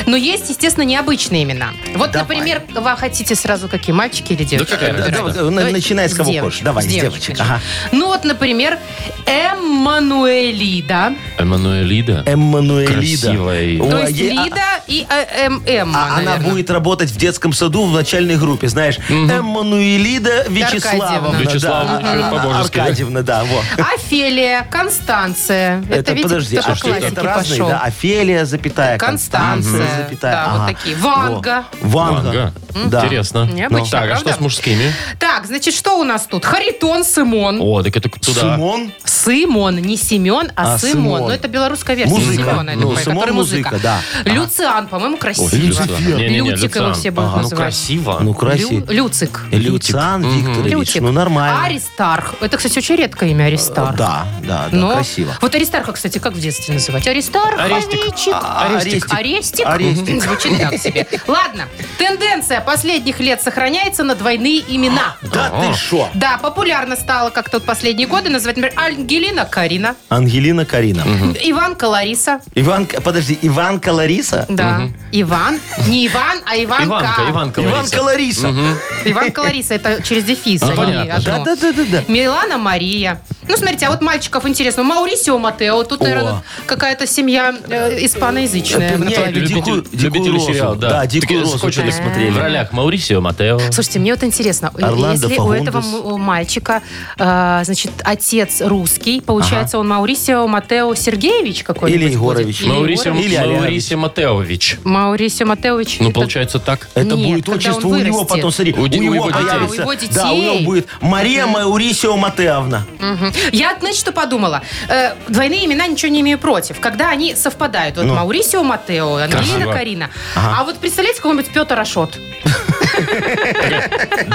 Speaker 3: Но есть, естественно, необычные имена. Вот,
Speaker 4: Давай.
Speaker 3: например, вы хотите сразу какие, мальчики или девочки?
Speaker 2: какая
Speaker 3: выбирать?
Speaker 4: разница? Да, да,
Speaker 3: Давайте
Speaker 4: Ну, начинай с кого хочешь. Давай, с девочек,
Speaker 3: конечно.
Speaker 4: ага.
Speaker 3: Ну вот, например, Эммануэлида.
Speaker 2: Эммануэлида.
Speaker 4: Эммануэлида.
Speaker 2: Красивая.
Speaker 4: О,
Speaker 3: То есть
Speaker 4: е- а-
Speaker 3: Лида и э, эм, Эмма,
Speaker 4: А она
Speaker 3: наверное.
Speaker 4: будет работать в детском саду в начальной группе, знаешь. Эммануэлида Вячеславовна.
Speaker 3: Аркадьевна.
Speaker 2: Вячеславовна,
Speaker 4: да.
Speaker 2: чё,
Speaker 4: А- а-
Speaker 2: по-божески, да?
Speaker 4: Аркадьевна, да, вот.
Speaker 3: Офелия, Констанция. Это, видите,
Speaker 4: подожди,
Speaker 3: кто
Speaker 4: а
Speaker 3: по
Speaker 4: что это?
Speaker 3: классике
Speaker 4: Это разные,
Speaker 3: пошел.
Speaker 4: да? Офелия, запятая,
Speaker 3: Констанция,
Speaker 4: Констанция,
Speaker 3: да,
Speaker 4: запятая.
Speaker 3: вот
Speaker 4: ага.
Speaker 3: такие. Ванга.
Speaker 4: Во. Ванга.
Speaker 2: Ванга.
Speaker 4: Да.
Speaker 2: Интересно.
Speaker 3: Необычно,
Speaker 2: Ну, так, а что
Speaker 3: правда?
Speaker 2: с мужскими?
Speaker 3: Так, значит, что у нас тут? Харитон, Симон.
Speaker 2: О, так это туда.
Speaker 4: Симон?
Speaker 3: Симон, не Семен, а,
Speaker 4: А,
Speaker 3: Симон.
Speaker 4: Симон.
Speaker 3: Но это белорусская версия
Speaker 4: Музыка.
Speaker 3: Симона, я так
Speaker 4: Ну,
Speaker 3: понимаю,
Speaker 4: Симон
Speaker 3: который
Speaker 4: музыка, да. Ага.
Speaker 3: Люциан, Люциан, по-моему, красиво.
Speaker 2: Ой, Люциан. Не-не-не,
Speaker 3: Лютик его
Speaker 2: Люциан.
Speaker 3: все будут
Speaker 2: Ага, Ну,
Speaker 3: называть.
Speaker 2: красиво.
Speaker 4: Ну,
Speaker 3: Лю-
Speaker 4: красиво.
Speaker 3: Люцик.
Speaker 4: Люциан Викторович,
Speaker 3: Лютик.
Speaker 4: ну нормально.
Speaker 3: Аристарх. Это, кстати, очень редкое имя Аристарх.
Speaker 4: Да, да, да,
Speaker 3: Но-
Speaker 4: красиво.
Speaker 3: Вот Аристарха, кстати, как в детстве называть? Аристарх,
Speaker 2: Арестик.
Speaker 3: Хомячик.
Speaker 4: А, Арестик.
Speaker 3: Арестик?
Speaker 4: Арестик.
Speaker 3: Мгм, Звучит так себе. Ладно. Тенденция последних лет сохраняется на двойные имена.
Speaker 4: Да ты шо?
Speaker 3: Да, популярно стало как тут последние годы называть, например, Ангелина Карина,
Speaker 4: Ангелина Карина.
Speaker 3: Иванка Лариса.
Speaker 4: Иван, подожди, Иванка Лариса?
Speaker 3: Да. Иван. Не Иван, а Иванка.
Speaker 2: Иванка, Иванка.
Speaker 4: Иванка
Speaker 2: Лариса.
Speaker 4: Лариса.
Speaker 3: Иванка Лариса, это через дефис. а не
Speaker 2: понятно.
Speaker 3: одно.
Speaker 4: Да, да, да, да, да.
Speaker 3: Милана Мария. Ну, смотрите, а вот мальчиков интересно. Маурисио Матео. Тут, наверное, какая-то семья э, испаноязычная.
Speaker 4: Это
Speaker 3: на
Speaker 4: не,
Speaker 3: половину.
Speaker 4: люди-
Speaker 2: Любитель-
Speaker 4: Дикую- Дикую
Speaker 2: Любители
Speaker 4: розу.
Speaker 2: сериала, да.
Speaker 4: Да, «Дикую
Speaker 2: Так,
Speaker 4: розу»
Speaker 2: скотчем
Speaker 4: очень смотрели.
Speaker 2: В ролях Маурисио Матео.
Speaker 3: Слушайте, мне вот интересно, э, если
Speaker 4: Орландо
Speaker 3: у
Speaker 4: Фагундес.
Speaker 3: этого м- у мальчика, э, значит, отец русский, получается, он Маурисио Матео Сергеевич какой-нибудь
Speaker 4: Или Егорович.
Speaker 3: будет? Или
Speaker 2: Маурисио
Speaker 3: Егорович.
Speaker 4: Или Алярович.
Speaker 2: Маурисио Матеович.
Speaker 3: Маурисио Матеович.
Speaker 2: Ну,
Speaker 3: это-
Speaker 2: получается так.
Speaker 4: Это
Speaker 3: Нет,
Speaker 4: будет
Speaker 3: когда
Speaker 4: отчество
Speaker 3: он
Speaker 4: у него
Speaker 3: вырастет.
Speaker 4: потом, смотри,
Speaker 2: У
Speaker 4: у,
Speaker 2: ди- у
Speaker 4: него
Speaker 2: его детей.
Speaker 4: появится.
Speaker 3: А, у его
Speaker 4: Да, у него
Speaker 3: детей.
Speaker 4: будет Мария Маурисио Матеовна.
Speaker 3: Мгм. Я, знаете, что подумала? Э, двойные имена ничего не имею против, когда они совпадают.
Speaker 4: Ну.
Speaker 3: Вот Маурисио Матео, Ангелина
Speaker 2: Красиво.
Speaker 3: Карина. А вот представляете, какой-нибудь Петр Ашот.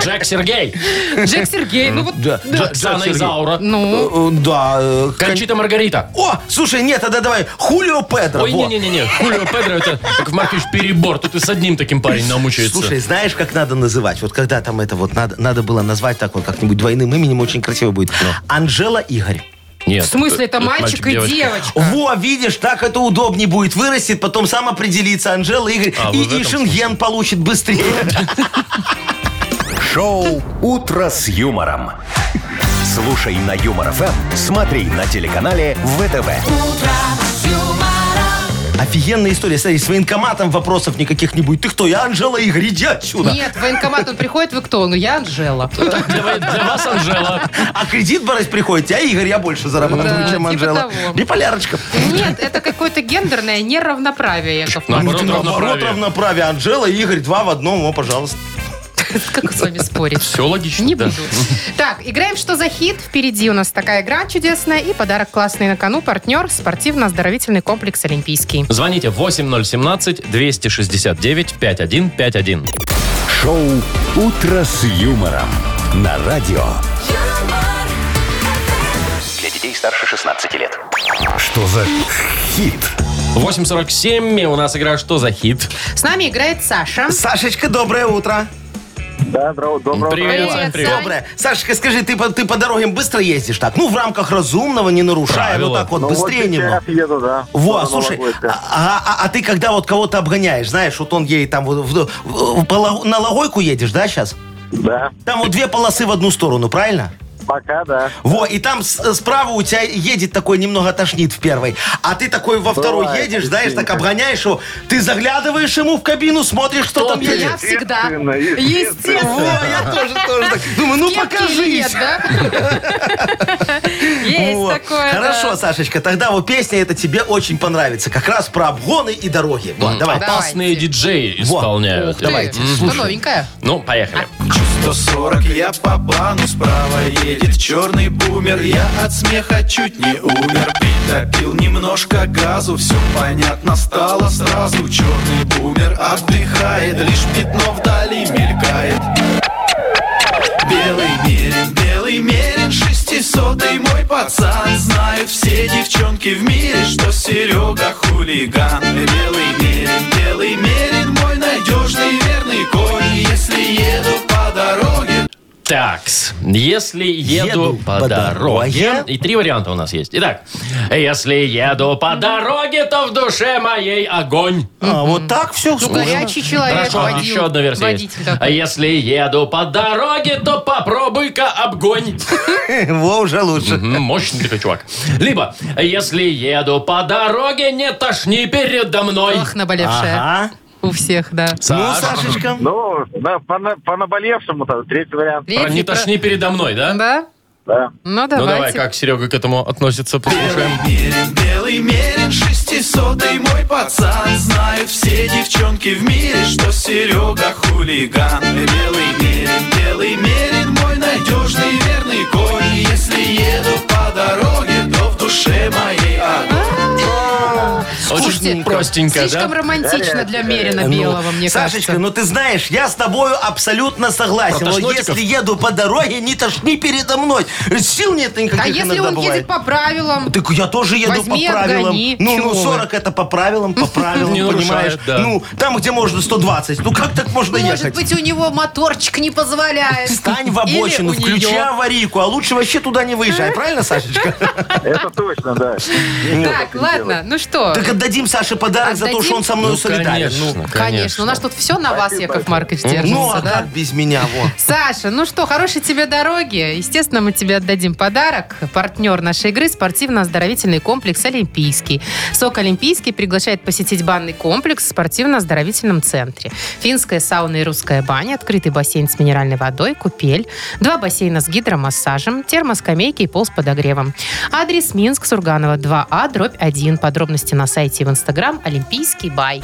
Speaker 2: Джек Сергей.
Speaker 3: Джек Сергей, ну вот...
Speaker 4: Да. Джо-
Speaker 2: Джана
Speaker 4: Сергей.
Speaker 2: Изаура.
Speaker 3: Ну,
Speaker 4: Э, Да. э, кон-
Speaker 2: Кончита Маргарита.
Speaker 4: О, слушай, нет, тогда давай Хулио Педро.
Speaker 2: Ой,
Speaker 4: во.
Speaker 2: не-не-не, Хулио Педро, это, как Маркович, перебор. Тут и с одним таким парень намучается.
Speaker 4: Слушай, знаешь, как надо называть? Вот когда там это вот надо, надо было назвать так вот как-нибудь двойным именем, очень красиво будет. Анжела Игорь.
Speaker 2: Нет.
Speaker 3: в смысле, это мальчик и девочка.
Speaker 4: Во, видишь, так это удобнее будет. Вырастет, потом сам определится Анжела Игорь.
Speaker 2: А,
Speaker 4: и
Speaker 2: вы в этом
Speaker 4: и Шенген получит быстрее.
Speaker 1: Шоу «Утро с юмором». Слушай на Юмор ФМ, смотри на телеканале ВТВ.
Speaker 4: Офигенная история. Смотри, с военкоматом вопросов никаких не будет. Ты кто? Я Анжела Игорь, иди отсюда.
Speaker 3: Нет, в военкомат он приходит, вы кто? Ну, я Анжела.
Speaker 2: Для, ва- для вас, Анжела.
Speaker 4: А кредит брать приходите, а Игорь, я больше зарабатываю,
Speaker 3: Да,
Speaker 4: чем
Speaker 3: типа
Speaker 4: Анжела.
Speaker 3: того.
Speaker 4: Биполярочка.
Speaker 3: Нет, это какое-то гендерное неравноправие, Яков Маркович.
Speaker 2: Наоборот,
Speaker 4: Наоборот,
Speaker 2: равноправие.
Speaker 4: равноправие. Анжела и Игорь, два в одном, о, пожалуйста.
Speaker 3: Как с вами спорить?
Speaker 2: Все логично.
Speaker 3: Не
Speaker 2: да.
Speaker 3: буду. Так, играем «Что за хит?». Впереди у нас такая игра чудесная и подарок классный на кону. Партнер – спортивно-оздоровительный комплекс «Олимпийский».
Speaker 2: Звоните 8017-269-5151.
Speaker 1: Шоу «Утро с юмором» на радио.
Speaker 8: юмор,
Speaker 5: Для детей старше 16 лет.
Speaker 1: Что за хит?
Speaker 2: 8.47 у нас игра «Что за хит?».
Speaker 3: С нами играет Саша.
Speaker 4: Сашечка, доброе утро.
Speaker 6: Да, доброе, доброе
Speaker 2: Привет,
Speaker 3: Привет,
Speaker 2: Сань, привет.
Speaker 3: Сань.
Speaker 4: Доброе. Сашечка, скажи, ты по, ты по дорогам быстро ездишь так? Ну, в рамках разумного, не нарушая,
Speaker 2: Правила.
Speaker 4: вот так вот,
Speaker 6: Ну,
Speaker 4: быстрее
Speaker 6: вот
Speaker 4: немного.
Speaker 6: сейчас еду, да.
Speaker 4: Во,
Speaker 6: Она
Speaker 4: слушай,
Speaker 6: Новогодская.
Speaker 4: а, а- а ты когда вот кого-то обгоняешь, знаешь, вот он едет там, вот в- в- по Ло- на Логойку едешь, да, сейчас?
Speaker 6: Да,
Speaker 4: Там вот две полосы в одну сторону, правильно?
Speaker 6: пока да.
Speaker 4: Во, и там с- справа у тебя едет такой, немного тошнит в первой. А ты такой во второй
Speaker 6: Бывает,
Speaker 4: едешь, знаешь, так
Speaker 6: частенько.
Speaker 4: обгоняешь его, ты заглядываешь ему в кабину, смотришь, кто там едет.
Speaker 3: Я всегда.
Speaker 6: Естественно,
Speaker 4: Во,
Speaker 3: Естественно.
Speaker 4: я тоже, тоже так. Думаю, ну
Speaker 3: Кепки или нет,
Speaker 4: покажись.
Speaker 3: да? Есть
Speaker 4: Вот.
Speaker 3: такое.
Speaker 4: Хорошо,
Speaker 3: да.
Speaker 4: Сашечка, тогда вот песня эта тебе очень понравится. Как раз про обгоны и дороги. Вот, давай.
Speaker 3: да.
Speaker 2: Классные
Speaker 3: Давайте.
Speaker 2: диджеи
Speaker 4: Во.
Speaker 2: исполняют.
Speaker 3: Ты,
Speaker 2: это.
Speaker 4: давайте,
Speaker 3: что
Speaker 4: слушаем.
Speaker 3: новенькое?
Speaker 2: Ну, поехали.
Speaker 9: 140 я по плану справа едет черный бумер Я от смеха чуть не умер Притопил немножко газу Все понятно стало сразу Черный бумер отдыхает Лишь пятно вдали мелькает Белый мерин, белый мерин Шестисотый мой пацан Знают все девчонки в мире Что Серега хулиган Белый мерин, белый мерин Мой надежный верный конь Если еду по дороге
Speaker 2: Такс. Если еду,
Speaker 4: Еду
Speaker 2: по,
Speaker 4: по
Speaker 2: дороге.
Speaker 4: дороге.
Speaker 2: И три варианта у нас есть. Итак, если еду по дороге, то в душе моей огонь.
Speaker 4: А, вот так все.
Speaker 3: Ну, горячий человек
Speaker 2: Хорошо,
Speaker 3: Э, водил.
Speaker 2: еще одна версия
Speaker 3: Водитель
Speaker 2: есть. А
Speaker 3: такой.
Speaker 2: если еду по дороге, то попробуй-ка обгонь.
Speaker 4: Во, уже лучше.
Speaker 2: М, Мощный такой чувак. Либо, если еду по дороге, не тошни передо мной.
Speaker 3: Ох, наболевшая.
Speaker 4: Ага.
Speaker 3: У всех, да.
Speaker 4: Ну,
Speaker 2: Саш,
Speaker 4: Сашечка.
Speaker 6: Ну, да, по, на- по наболевшему, там, третий вариант,
Speaker 2: про
Speaker 3: Третий
Speaker 2: не
Speaker 3: про-
Speaker 2: тошни передо мной, да?
Speaker 3: Да?
Speaker 6: да.
Speaker 3: Ну,
Speaker 2: Ну давай,
Speaker 3: давайте.
Speaker 2: как Серега к этому относится, послушаем.
Speaker 9: Мерин, белый мерин, шестисотый мой пацан Знают все девчонки в мире, что Серега хулиган Белый мерин, белый мерин, мой надежный верный конь Если еду по дороге, то в душе моей огонь
Speaker 2: О, Очень
Speaker 3: Слушайте,
Speaker 2: простенько,
Speaker 3: Слишком
Speaker 2: да? Ну,
Speaker 3: романтично для Мерина
Speaker 4: Ну,
Speaker 3: Белого, мне
Speaker 4: Сашечка,
Speaker 3: кажется.
Speaker 4: ну ты знаешь, я с тобою абсолютно согласен.
Speaker 2: Про
Speaker 4: Вот
Speaker 2: тошнотиков?
Speaker 4: если еду по дороге, не тошни передо мной. Сил нет никаких
Speaker 3: А если
Speaker 4: иногда
Speaker 3: он едет
Speaker 4: бывает. Ну,
Speaker 3: по правилам?
Speaker 4: Так я тоже еду
Speaker 3: Возьми,
Speaker 4: по правилам.
Speaker 3: обгони.
Speaker 4: ну,
Speaker 3: Чего
Speaker 4: ну,
Speaker 3: вы?
Speaker 4: 40 это по правилам, по правилам,
Speaker 2: Не
Speaker 4: понимаешь?
Speaker 2: нарушает, да.
Speaker 4: Ну, там, где можно 120. Ну, как так можно
Speaker 3: Может
Speaker 4: ехать?
Speaker 3: быть, у него моторчик не позволяет.
Speaker 4: Встань в
Speaker 3: Или
Speaker 4: обочину,
Speaker 3: у
Speaker 4: включи
Speaker 3: неё.
Speaker 4: аварийку, а лучше вообще туда не выезжай, правильно, Сашечка?
Speaker 6: Это точно, да.
Speaker 3: Так, ладно, ну что?
Speaker 4: Так отдадим Саше подарок за то,
Speaker 3: Отдадим?
Speaker 4: что он со мной
Speaker 2: Ну,
Speaker 4: солидарен.
Speaker 2: конечно,
Speaker 4: Ну,
Speaker 3: Конечно, у нас тут все на вас, Яков Маркович,
Speaker 4: Ну,
Speaker 3: держится,
Speaker 4: а
Speaker 3: да?
Speaker 4: как без меня, вот.
Speaker 3: Саша, ну что, хорошей тебе дороги. Естественно, мы тебе отдадим подарок. Партнер нашей игры – спортивно-оздоровительный комплекс «Олимпийский». СОК «Олимпийский» приглашает посетить банный комплекс в спортивно-оздоровительном центре. Финская сауна и русская баня, открытый бассейн с минеральной водой, купель, два бассейна с гидромассажем, термоскамейки и пол с подогревом. Адрес Минск, Сурганова, 2А, дробь 1. Подробности на сайте и в Инстаграм «Олимпийский бай».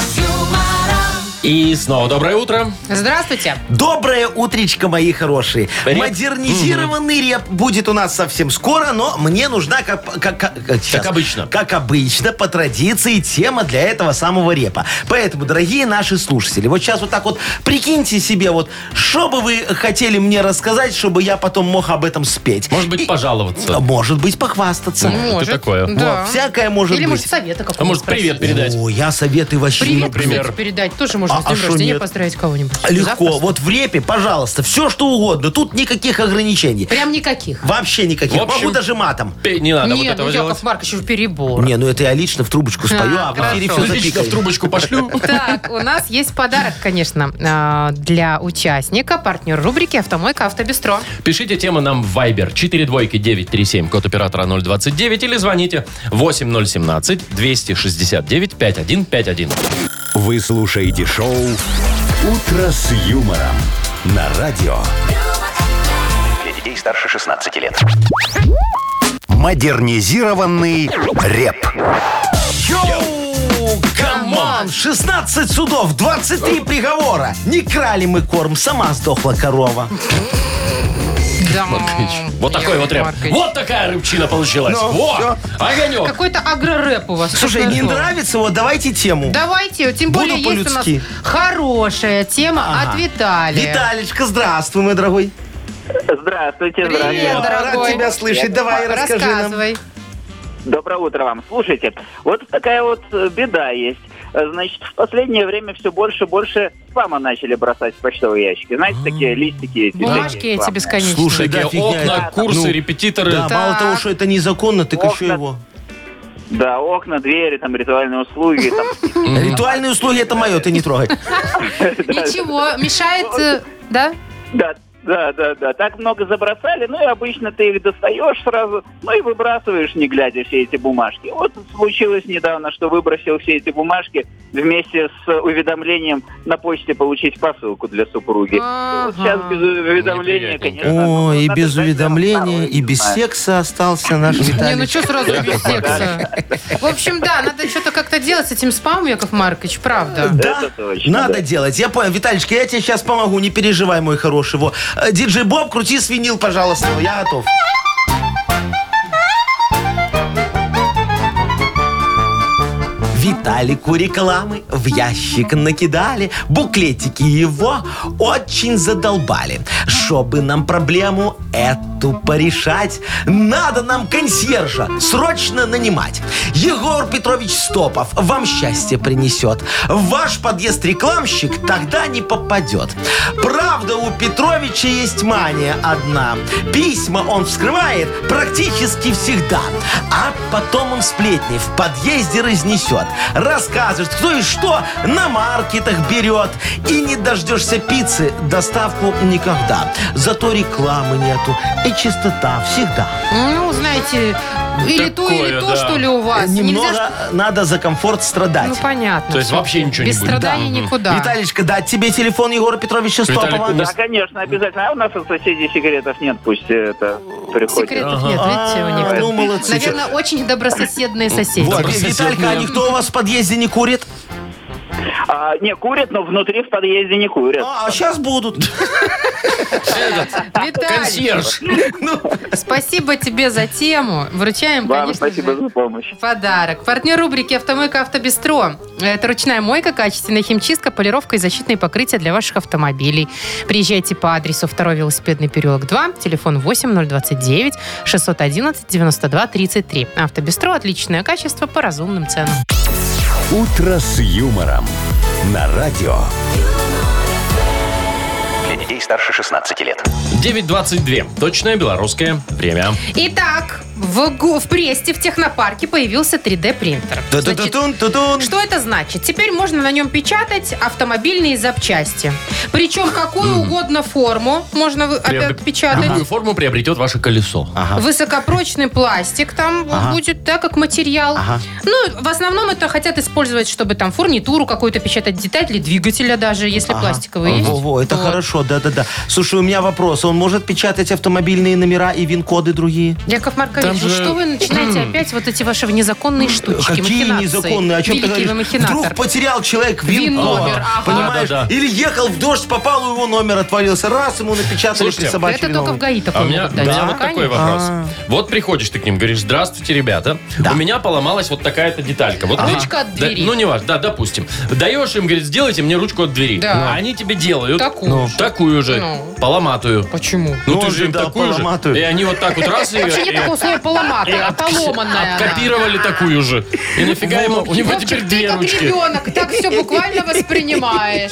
Speaker 2: И снова доброе утро.
Speaker 3: Здравствуйте.
Speaker 4: Доброе утречко, мои хорошие.
Speaker 2: Реп?
Speaker 4: Модернизированный реп будет у нас совсем скоро, но мне нужна, как, как, как, щас.
Speaker 2: обычно.
Speaker 4: Как обычно, по традиции, тема для этого самого репа. Поэтому, дорогие наши слушатели, вот сейчас вот так вот прикиньте себе, вот что бы вы хотели мне рассказать, чтобы я потом мог об этом спеть.
Speaker 2: Может быть,
Speaker 4: И-
Speaker 2: пожаловаться.
Speaker 4: Может быть, похвастаться.
Speaker 2: это
Speaker 3: Может.
Speaker 2: такое.
Speaker 3: Да.
Speaker 4: Вот, всякое может
Speaker 3: Или,
Speaker 4: быть.
Speaker 3: может, совета какого-то
Speaker 2: А может,
Speaker 3: спросить.
Speaker 2: привет передать?
Speaker 4: О, я советы вообще
Speaker 3: Привет,
Speaker 4: люблю.
Speaker 2: Например.
Speaker 3: кстати, передать. Тоже можно
Speaker 4: А-
Speaker 3: с днем
Speaker 4: а шо
Speaker 3: рождения
Speaker 4: нет? А,
Speaker 3: поздравить кого-нибудь.
Speaker 4: Легко.
Speaker 3: Завтра?
Speaker 4: Вот в репе, пожалуйста, все что угодно. Тут никаких ограничений.
Speaker 3: Прям никаких.
Speaker 4: Вообще никаких.
Speaker 2: В общем-
Speaker 4: Могу даже матом.
Speaker 2: Пе- Не надо вот
Speaker 3: Нет, ну,
Speaker 2: этого
Speaker 3: Яков
Speaker 2: делать.
Speaker 3: Маркович, в перебор.
Speaker 4: Не, ну это я лично в трубочку спою, а, в
Speaker 3: хорошо.
Speaker 4: эфире все
Speaker 2: Ну, Лично в
Speaker 4: запикаю.
Speaker 2: трубочку пошлю.
Speaker 3: Так, у нас есть подарок, конечно, э, для участника, партнер рубрики «Автомойка Автобестро».
Speaker 2: Пишите темы нам в Viber 42937, код оператора 029, или звоните 8017-269-5151.
Speaker 1: Вы слушаете шоу «Утро с юмором» на радио
Speaker 5: Для детей старше 16 лет.
Speaker 1: «Модернизированный реп».
Speaker 4: Йоу! Камон! 16 судов, 23 приговора. Не крали мы корм, сама сдохла корова.
Speaker 3: Да.
Speaker 2: Вот такой
Speaker 3: Яков
Speaker 2: вот рэп.
Speaker 3: Маркович.
Speaker 2: Вот такая рыбчина получилась.
Speaker 4: Ну,
Speaker 2: Во!
Speaker 4: всё.
Speaker 2: Огонек.
Speaker 3: Какой-то агрорэп у вас.
Speaker 4: Слушай,
Speaker 3: Что-то
Speaker 4: не
Speaker 3: такое.
Speaker 4: нравится, вот давайте тему.
Speaker 3: Давайте, тем
Speaker 4: Буду
Speaker 3: более есть у нас
Speaker 4: по-людски.
Speaker 3: хорошая тема
Speaker 4: Ага.
Speaker 3: от Виталия.
Speaker 4: Виталечка, здравствуй, мой дорогой.
Speaker 6: Здравствуйте,
Speaker 3: Привет,
Speaker 6: здравствуйте.
Speaker 4: Рад
Speaker 3: дорогой.
Speaker 4: тебя слышать. Давай, расскажи нам.
Speaker 3: Рассказывай.
Speaker 6: Доброе утро вам. Слушайте, вот такая вот э, беда есть. Э, Значит, в последнее время все больше и больше спама начали бросать в почтовые ящики. Знаете, такие листики эти.
Speaker 3: Бумажки
Speaker 6: всякие
Speaker 3: эти
Speaker 6: спамные.
Speaker 3: бесконечные.
Speaker 4: Слушай,
Speaker 2: Такие
Speaker 4: да, фигня
Speaker 2: окна,
Speaker 4: это.
Speaker 2: курсы,
Speaker 4: Ну,
Speaker 2: репетиторы.
Speaker 4: Да, мало
Speaker 3: Так.
Speaker 4: того, что это незаконно, так
Speaker 6: Ох,
Speaker 4: еще
Speaker 6: да.
Speaker 4: его.
Speaker 6: Да, окна, двери, там ритуальные услуги. Там.
Speaker 4: Ритуальные услуги это мое, ты не трогай.
Speaker 3: Ничего, мешает, э, да?
Speaker 6: Да, да, да, да. Так много забросали, ну и обычно ты их достаешь сразу, ну и выбрасываешь, не глядя все эти бумажки. Вот случилось недавно, что выбросил все эти бумажки вместе с уведомлением на почте получить посылку для супруги.
Speaker 3: Ага.
Speaker 6: Вот сейчас без уведомления,
Speaker 2: Неприятненько.
Speaker 6: конечно.
Speaker 4: Ой, и
Speaker 6: ну, надо
Speaker 4: без
Speaker 6: ждать
Speaker 4: уведомления,
Speaker 6: второго,
Speaker 4: и
Speaker 6: не
Speaker 4: без
Speaker 6: знаю.
Speaker 4: секса остался наш
Speaker 3: Не, ну
Speaker 4: Виталий.
Speaker 3: что сразу без секса? В общем, да, надо что-то как-то делать с этим спамом, Яков Маркович, правда.
Speaker 6: Это точно,
Speaker 4: Надо
Speaker 6: да.
Speaker 4: делать. Я понял. Виталичка, я тебе сейчас помогу. Не переживай, мой хороший. Во. Э, Диджей Боб, крути свинил, пожалуйста. Я готов. Виталику рекламы в ящик накидали, буклетики его очень задолбали. Чтобы нам проблему эту порешать, надо нам консьержа срочно нанимать. Егор Петрович Стопов вам счастье принесет. В ваш подъезд рекламщик тогда не попадет. Правда, у Петровича есть мания одна. Письма он вскрывает практически всегда. А потом он сплетни в подъезде разнесет. Рассказывает, кто и что на маркетах берет. И не дождешься пиццы, доставку никогда. Зато рекламы нету. И и чистота всегда.
Speaker 3: Ну, знаете, или то,
Speaker 2: Такое,
Speaker 3: или то,
Speaker 2: да.
Speaker 3: что ли у вас.
Speaker 4: Немного
Speaker 3: Нельзя, ж-
Speaker 4: надо за комфорт страдать.
Speaker 3: Ну, понятно.
Speaker 2: То есть
Speaker 3: всё.
Speaker 2: вообще ничего
Speaker 3: Без
Speaker 2: не будет.
Speaker 3: страданий
Speaker 2: Да, мгм.
Speaker 3: никуда.
Speaker 4: Виталичка, дать тебе телефон Егора Петровича
Speaker 2: Виталик,
Speaker 4: Стопова?
Speaker 2: у нас-
Speaker 6: Да, конечно, обязательно. А у нас у соседей сигаретов нет, пусть э, это приходит.
Speaker 3: Секретов нет, видите, у них.
Speaker 4: А,
Speaker 3: там.
Speaker 4: ну, молодцы.
Speaker 3: Наверное, очень добрососедные соседи.
Speaker 4: Вот,
Speaker 2: Добрососедные.
Speaker 4: Виталька, а никто у вас в подъезде не курит?
Speaker 6: А, не, курят, но внутри в подъезде не курят.
Speaker 4: А, сейчас будут.
Speaker 3: Виталий,
Speaker 2: Консьерж.
Speaker 3: спасибо тебе за тему. Вручаем,
Speaker 6: Вам
Speaker 3: конечно же,
Speaker 6: спасибо за помощь.
Speaker 3: Подарок. Партнер рубрики «Автомойка Автобестро». Это ручная мойка, качественная химчистка, полировка и защитные покрытия для ваших автомобилей. Приезжайте по адресу 2 велосипедный переулок 2, телефон 8029 611 92 33. Автобестро – отличное качество по разумным ценам.
Speaker 1: «Утро с юмором» на радио.
Speaker 5: Для детей старше 16 лет.
Speaker 2: 9.22. Точное белорусское время.
Speaker 3: Итак, в, Гу- в Бресте в технопарке появился 3D-принтер. Значит,
Speaker 4: Ту-тун, ту-тун.
Speaker 3: Что это значит? Теперь можно на нем печатать автомобильные запчасти. Причем какую угодно форму можно вы-
Speaker 2: Прям
Speaker 3: опять
Speaker 2: так-
Speaker 3: печатать.
Speaker 2: Любую форму приобретет ваше колесо.
Speaker 4: А,
Speaker 3: Высокопрочный пластик там
Speaker 4: Ага.
Speaker 3: будет, да, как материал.
Speaker 4: Ага.
Speaker 3: Ну, в основном это хотят использовать, чтобы там фурнитуру какую-то печатать, деталь или двигателя даже, если пластиковый есть.
Speaker 4: Во-во, это
Speaker 3: Вот.
Speaker 4: хорошо, да-да-да. Слушай, у меня вопрос. Он может печатать автомобильные номера и ВИН-коды другие?
Speaker 3: Яков Маркович,
Speaker 2: Там
Speaker 3: ну
Speaker 2: же-
Speaker 3: что вы начинаете опять вот эти ваши незаконные штучки,
Speaker 4: Какие
Speaker 3: махинации?
Speaker 4: незаконные? О чем ты
Speaker 3: Великий
Speaker 4: говоришь?
Speaker 3: вы махинатор.
Speaker 4: Вдруг потерял человек ВИН-код.
Speaker 3: ВИН-номер, ага.
Speaker 4: Понимаешь?
Speaker 2: Да-да-да.
Speaker 4: Или ехал в дождь, попал, у его номер отвалился. Раз, ему напечатали,
Speaker 2: Слушайте,
Speaker 4: присобачили
Speaker 3: Это только в
Speaker 4: новый.
Speaker 3: ГАИ такое
Speaker 2: А у меня,
Speaker 3: могут дать.
Speaker 2: у меня
Speaker 3: А
Speaker 2: вот
Speaker 3: пока
Speaker 2: такой
Speaker 3: нет.
Speaker 2: вопрос. Вот приходишь ты к ним, говоришь, здравствуйте, ребята, у меня поломалась вот такая-то деталька. Вот
Speaker 3: Ага.
Speaker 2: мне-
Speaker 3: Ручка от
Speaker 2: Да,
Speaker 3: двери.
Speaker 2: ну, не важно, да, допустим. Даешь им, говорит, сделайте мне ручку от двери.
Speaker 3: Да.
Speaker 2: А Они тебе делают
Speaker 3: Такую же.
Speaker 2: такую же,
Speaker 3: Ну.
Speaker 2: поломатую.
Speaker 3: Почему?
Speaker 2: Ну,
Speaker 4: Ну
Speaker 2: ты же
Speaker 4: же,
Speaker 2: им
Speaker 4: да,
Speaker 2: такую же.
Speaker 4: поломатую.
Speaker 2: И они вот так вот раз и...
Speaker 3: Вообще
Speaker 2: и-
Speaker 3: нет такого слова
Speaker 2: и
Speaker 3: поломатая, а
Speaker 2: от-
Speaker 3: поломанная. она.
Speaker 2: Откопировали такую же. И нафига ему? У него
Speaker 3: Вовчик,
Speaker 2: теперь две
Speaker 3: ты как
Speaker 2: ручки.
Speaker 3: ребенок, так все буквально воспринимаешь.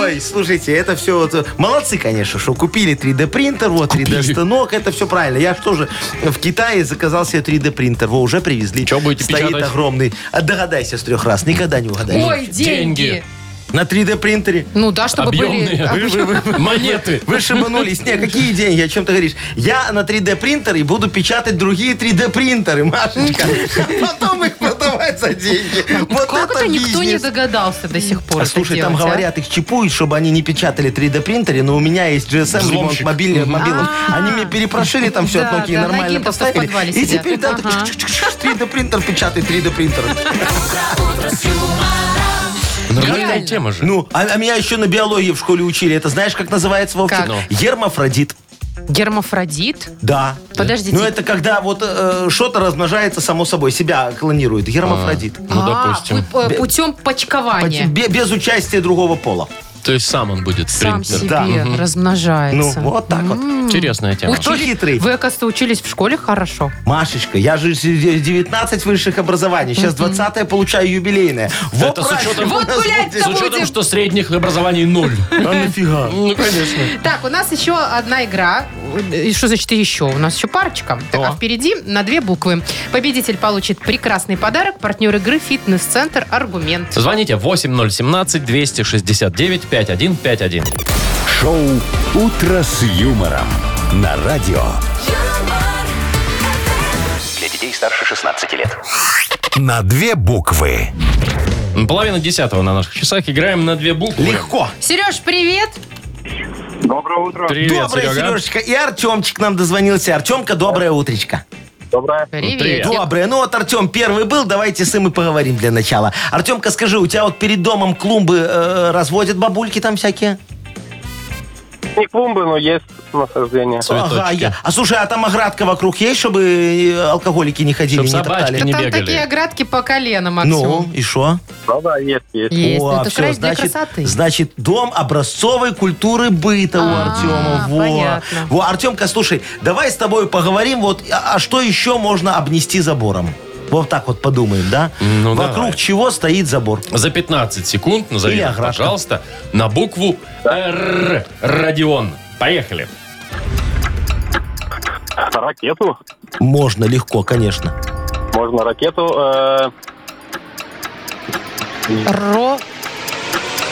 Speaker 4: Ой, слушайте, это все вот... э, Молодцы, конечно, что купили 3D-принтер, вот 3D-станок, это все правильно. Я же тоже в Китае заказал себе 3D-принтер, его уже привезли.
Speaker 2: Чё будете
Speaker 4: Стоит
Speaker 2: печатать?
Speaker 4: огромный. А догадайся с трех раз, никогда не угадаешь.
Speaker 3: Ой, деньги.
Speaker 2: деньги.
Speaker 4: На 3D-принтере
Speaker 3: Ну да, чтобы были...
Speaker 2: Объемные.
Speaker 3: а,
Speaker 2: Монеты.
Speaker 4: вы шибанулись. Не, какие деньги, о чем ты говоришь? Я на 3D-принтере буду печатать другие 3D-принтеры, Машечка. А Потом их продавать за деньги. Вот
Speaker 3: Как это никто не
Speaker 4: бизнес.
Speaker 3: догадался до сих пор?
Speaker 4: А
Speaker 3: это
Speaker 4: слушай, там
Speaker 3: делать, а?
Speaker 4: говорят, их чипуют, чтобы они не печатали 3D-принтере, но у меня есть GSM ремонт
Speaker 2: Взломщик.
Speaker 4: мобили- мобилом.
Speaker 3: А.
Speaker 4: Они мне перепрошили там все от
Speaker 3: Да,
Speaker 4: Nokia,
Speaker 3: да,
Speaker 4: нормально
Speaker 3: ноги-то в
Speaker 4: поставили.
Speaker 3: подвале
Speaker 4: И
Speaker 3: сидят.
Speaker 4: теперь там
Speaker 3: Ага.
Speaker 4: 3D-принтер печатает 3D-принтер.
Speaker 2: Нормальная
Speaker 3: Реально.
Speaker 2: тема же.
Speaker 4: Ну, а а меня еще на биологии в школе учили. Это знаешь, как называется, Вовчик?
Speaker 3: Как? Ну.
Speaker 4: Гермафродит.
Speaker 3: Гермафродит?
Speaker 4: Да.
Speaker 3: Подождите.
Speaker 4: Ну, это когда вот э, что-то размножается само собой, себя клонирует. Гермафродит.
Speaker 3: А.
Speaker 2: Ну, допустим.
Speaker 3: Путем
Speaker 4: Поти-
Speaker 3: э, почкования.
Speaker 4: бе- Без участия другого пола.
Speaker 2: То есть сам он будет.
Speaker 3: Сам
Speaker 2: принтер.
Speaker 3: себе
Speaker 4: Да. Мгм. Ну,
Speaker 3: размножается.
Speaker 4: вот так вот.
Speaker 2: Интересная тема.
Speaker 4: Кто хитрый?
Speaker 3: Вы, оказывается, учились в школе хорошо.
Speaker 4: Машечка, я же 19 высших образований, сейчас 20 получаю юбилейное. Вот
Speaker 2: Это с учетом-
Speaker 3: Вот гулять-то
Speaker 4: ну
Speaker 2: С учетом,
Speaker 3: будем.
Speaker 2: что средних образований ноль.
Speaker 4: А нафига?
Speaker 2: Ну, конечно.
Speaker 3: Так, у нас еще одна игра. И что значит еще? У нас еще парочка. Так, а впереди на две буквы. Победитель получит прекрасный подарок. Партнер игры «Фитнес-центр Аргумент».
Speaker 2: Звоните 8017-269-5151.
Speaker 1: Шоу «Утро с юмором» на радио.
Speaker 5: Для детей старше 16 лет.
Speaker 1: На две буквы.
Speaker 2: Половина десятого на наших часах. Играем на две буквы.
Speaker 4: Легко.
Speaker 3: Сереж, привет!
Speaker 6: Доброе утро.
Speaker 2: Привет,
Speaker 4: Доброе,
Speaker 2: Серега.
Speaker 4: Сережечка. И Артемчик нам дозвонился. Артемка, доброе утречко.
Speaker 6: Доброе.
Speaker 3: Привет.
Speaker 2: Привет.
Speaker 4: Доброе. Ну вот Артем первый был, давайте с ним и поговорим для начала. Артемка, скажи, у тебя вот перед домом клумбы э, разводят бабульки там всякие?
Speaker 8: Не клумбы, но есть наслаждение.
Speaker 2: Цветочки.
Speaker 4: Ага, я. А слушай, а там оградка вокруг есть, чтобы э, алкоголики не ходили,
Speaker 2: Чтоб
Speaker 4: не
Speaker 2: собачки
Speaker 4: топтали?
Speaker 2: не
Speaker 3: Да там
Speaker 2: бегали.
Speaker 3: такие оградки по колено,
Speaker 4: Ну,
Speaker 3: максимум.
Speaker 4: и что?
Speaker 8: Да, Ну да, есть, есть.
Speaker 3: Есть. Ну,
Speaker 4: О, а,
Speaker 3: это
Speaker 4: всё,
Speaker 3: край для
Speaker 4: значит,
Speaker 3: красоты.
Speaker 4: значит, дом образцовой культуры быта у
Speaker 3: А,
Speaker 4: Артема. Во.
Speaker 3: понятно.
Speaker 4: Во, Артемка, слушай, давай с тобой поговорим, вот, а, а что еще можно обнести забором? Вот так вот подумаем, да?
Speaker 2: Ну,
Speaker 4: Вокруг
Speaker 2: давай.
Speaker 4: чего стоит забор?
Speaker 2: За 15 секунд назови,
Speaker 4: Или
Speaker 2: нам,
Speaker 4: оградка.
Speaker 2: пожалуйста, на букву Р. Родион. Поехали.
Speaker 8: Ракету.
Speaker 4: Можно легко, конечно.
Speaker 8: Можно ракету. э,
Speaker 3: Ро.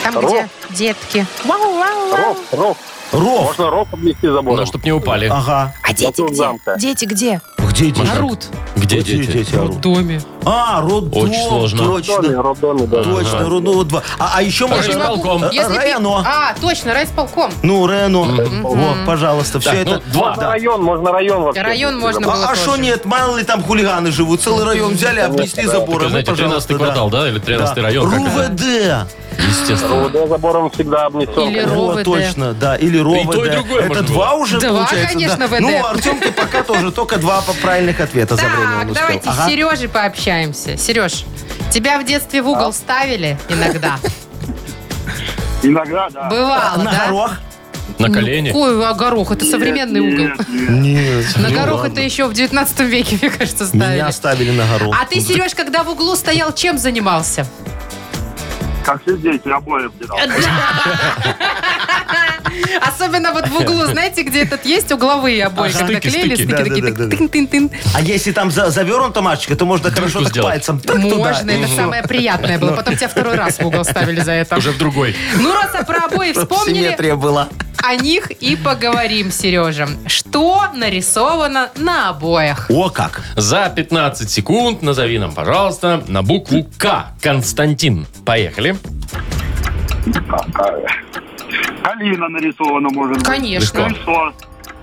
Speaker 3: Там
Speaker 8: Ро.
Speaker 3: где детки. Вау, вау, вау.
Speaker 8: ров, ров.
Speaker 4: Ров.
Speaker 8: Можно ров обнести забором.
Speaker 2: Ну, чтоб не упали.
Speaker 4: Ага.
Speaker 3: А дети
Speaker 8: Вокруг
Speaker 3: где?
Speaker 8: замка.
Speaker 3: Дети где?
Speaker 4: Где дети?
Speaker 2: Маша,
Speaker 3: Орут.
Speaker 2: Где
Speaker 4: Где
Speaker 2: дети?
Speaker 4: дети
Speaker 3: В
Speaker 4: орут?
Speaker 3: доме.
Speaker 4: А, роддом.
Speaker 2: Очень сложно.
Speaker 8: Роддоме,
Speaker 4: Точно,
Speaker 8: роддоме, да.
Speaker 4: точно, роддом. вот два. А, а еще можно...
Speaker 2: Райисполком.
Speaker 4: Э,
Speaker 3: Если пи-
Speaker 4: Рено.
Speaker 3: А, точно, райисполком.
Speaker 4: Ну, Рено. Вот, пожалуйста, все
Speaker 2: Так, ну,
Speaker 4: это...
Speaker 2: два.
Speaker 8: Можно район, можно район вообще.
Speaker 3: Район
Speaker 8: обнести
Speaker 3: можно
Speaker 8: забором.
Speaker 3: было
Speaker 4: А что
Speaker 3: тоже.
Speaker 4: нет, мало ли там хулиганы живут. Целый район взяли, обнесли забором.
Speaker 2: Вы знаете,
Speaker 4: Ну,
Speaker 2: 13
Speaker 4: пожалуйста,
Speaker 2: квартал, да? Или 13 район? как-то,
Speaker 4: РУВД.
Speaker 2: Естественно.
Speaker 8: РУВД забором всегда обнесен.
Speaker 3: Или
Speaker 4: Во,
Speaker 3: РОВД.
Speaker 4: точно, да. Или РОВД.
Speaker 2: то, и другое
Speaker 4: Это
Speaker 2: можно
Speaker 4: два уже
Speaker 3: Два,
Speaker 4: получается?
Speaker 3: конечно,
Speaker 4: да.
Speaker 3: ВД.
Speaker 4: Ну, Артем, ты пока тоже только два по правильных ответа за время он
Speaker 3: Так,
Speaker 4: успел.
Speaker 3: давайте с
Speaker 4: Ага.
Speaker 3: Сережей пообщаемся. Сереж, тебя в детстве в
Speaker 4: А?
Speaker 3: угол ставили иногда?
Speaker 6: Иногда, да.
Speaker 3: Бывало,
Speaker 4: На
Speaker 3: да?
Speaker 4: горох?
Speaker 2: На
Speaker 3: Ну,
Speaker 2: колени.
Speaker 3: Какой а, горох? Это современный угол.
Speaker 4: Нет.
Speaker 3: На горох это еще в 19 веке, мне кажется,
Speaker 4: Меня
Speaker 3: ставили.
Speaker 4: оставили на горох.
Speaker 3: А ты, Сереж, когда в углу стоял, чем занимался?
Speaker 6: Как все дети, обои обдирал.
Speaker 3: Особенно вот в углу, знаете, где этот есть угловые обои,
Speaker 2: Ага.
Speaker 3: когда
Speaker 2: Стыки,
Speaker 3: клеили
Speaker 2: стыки.
Speaker 3: стыки, такие,
Speaker 4: Да-да-да-да.
Speaker 3: тык, тын, тын.
Speaker 4: А если там за- завернута Машечка, то можно хорошо так
Speaker 2: сделать.
Speaker 4: пальцем. так туда.
Speaker 3: Можно, это самое приятное было. Потом тебя второй раз в угол ставили за это.
Speaker 2: Уже в другой.
Speaker 3: Ну, раз а про обои вспомнили,
Speaker 4: Симметрия была.
Speaker 3: о них и поговорим, Сережа. Что нарисовано на обоях?
Speaker 4: О, как.
Speaker 2: За 15 секунд назови нам, пожалуйста, на букву К. Константин. Поехали. Ну,
Speaker 6: Калина нарисована, может быть.
Speaker 3: Конечно.
Speaker 6: Колесо,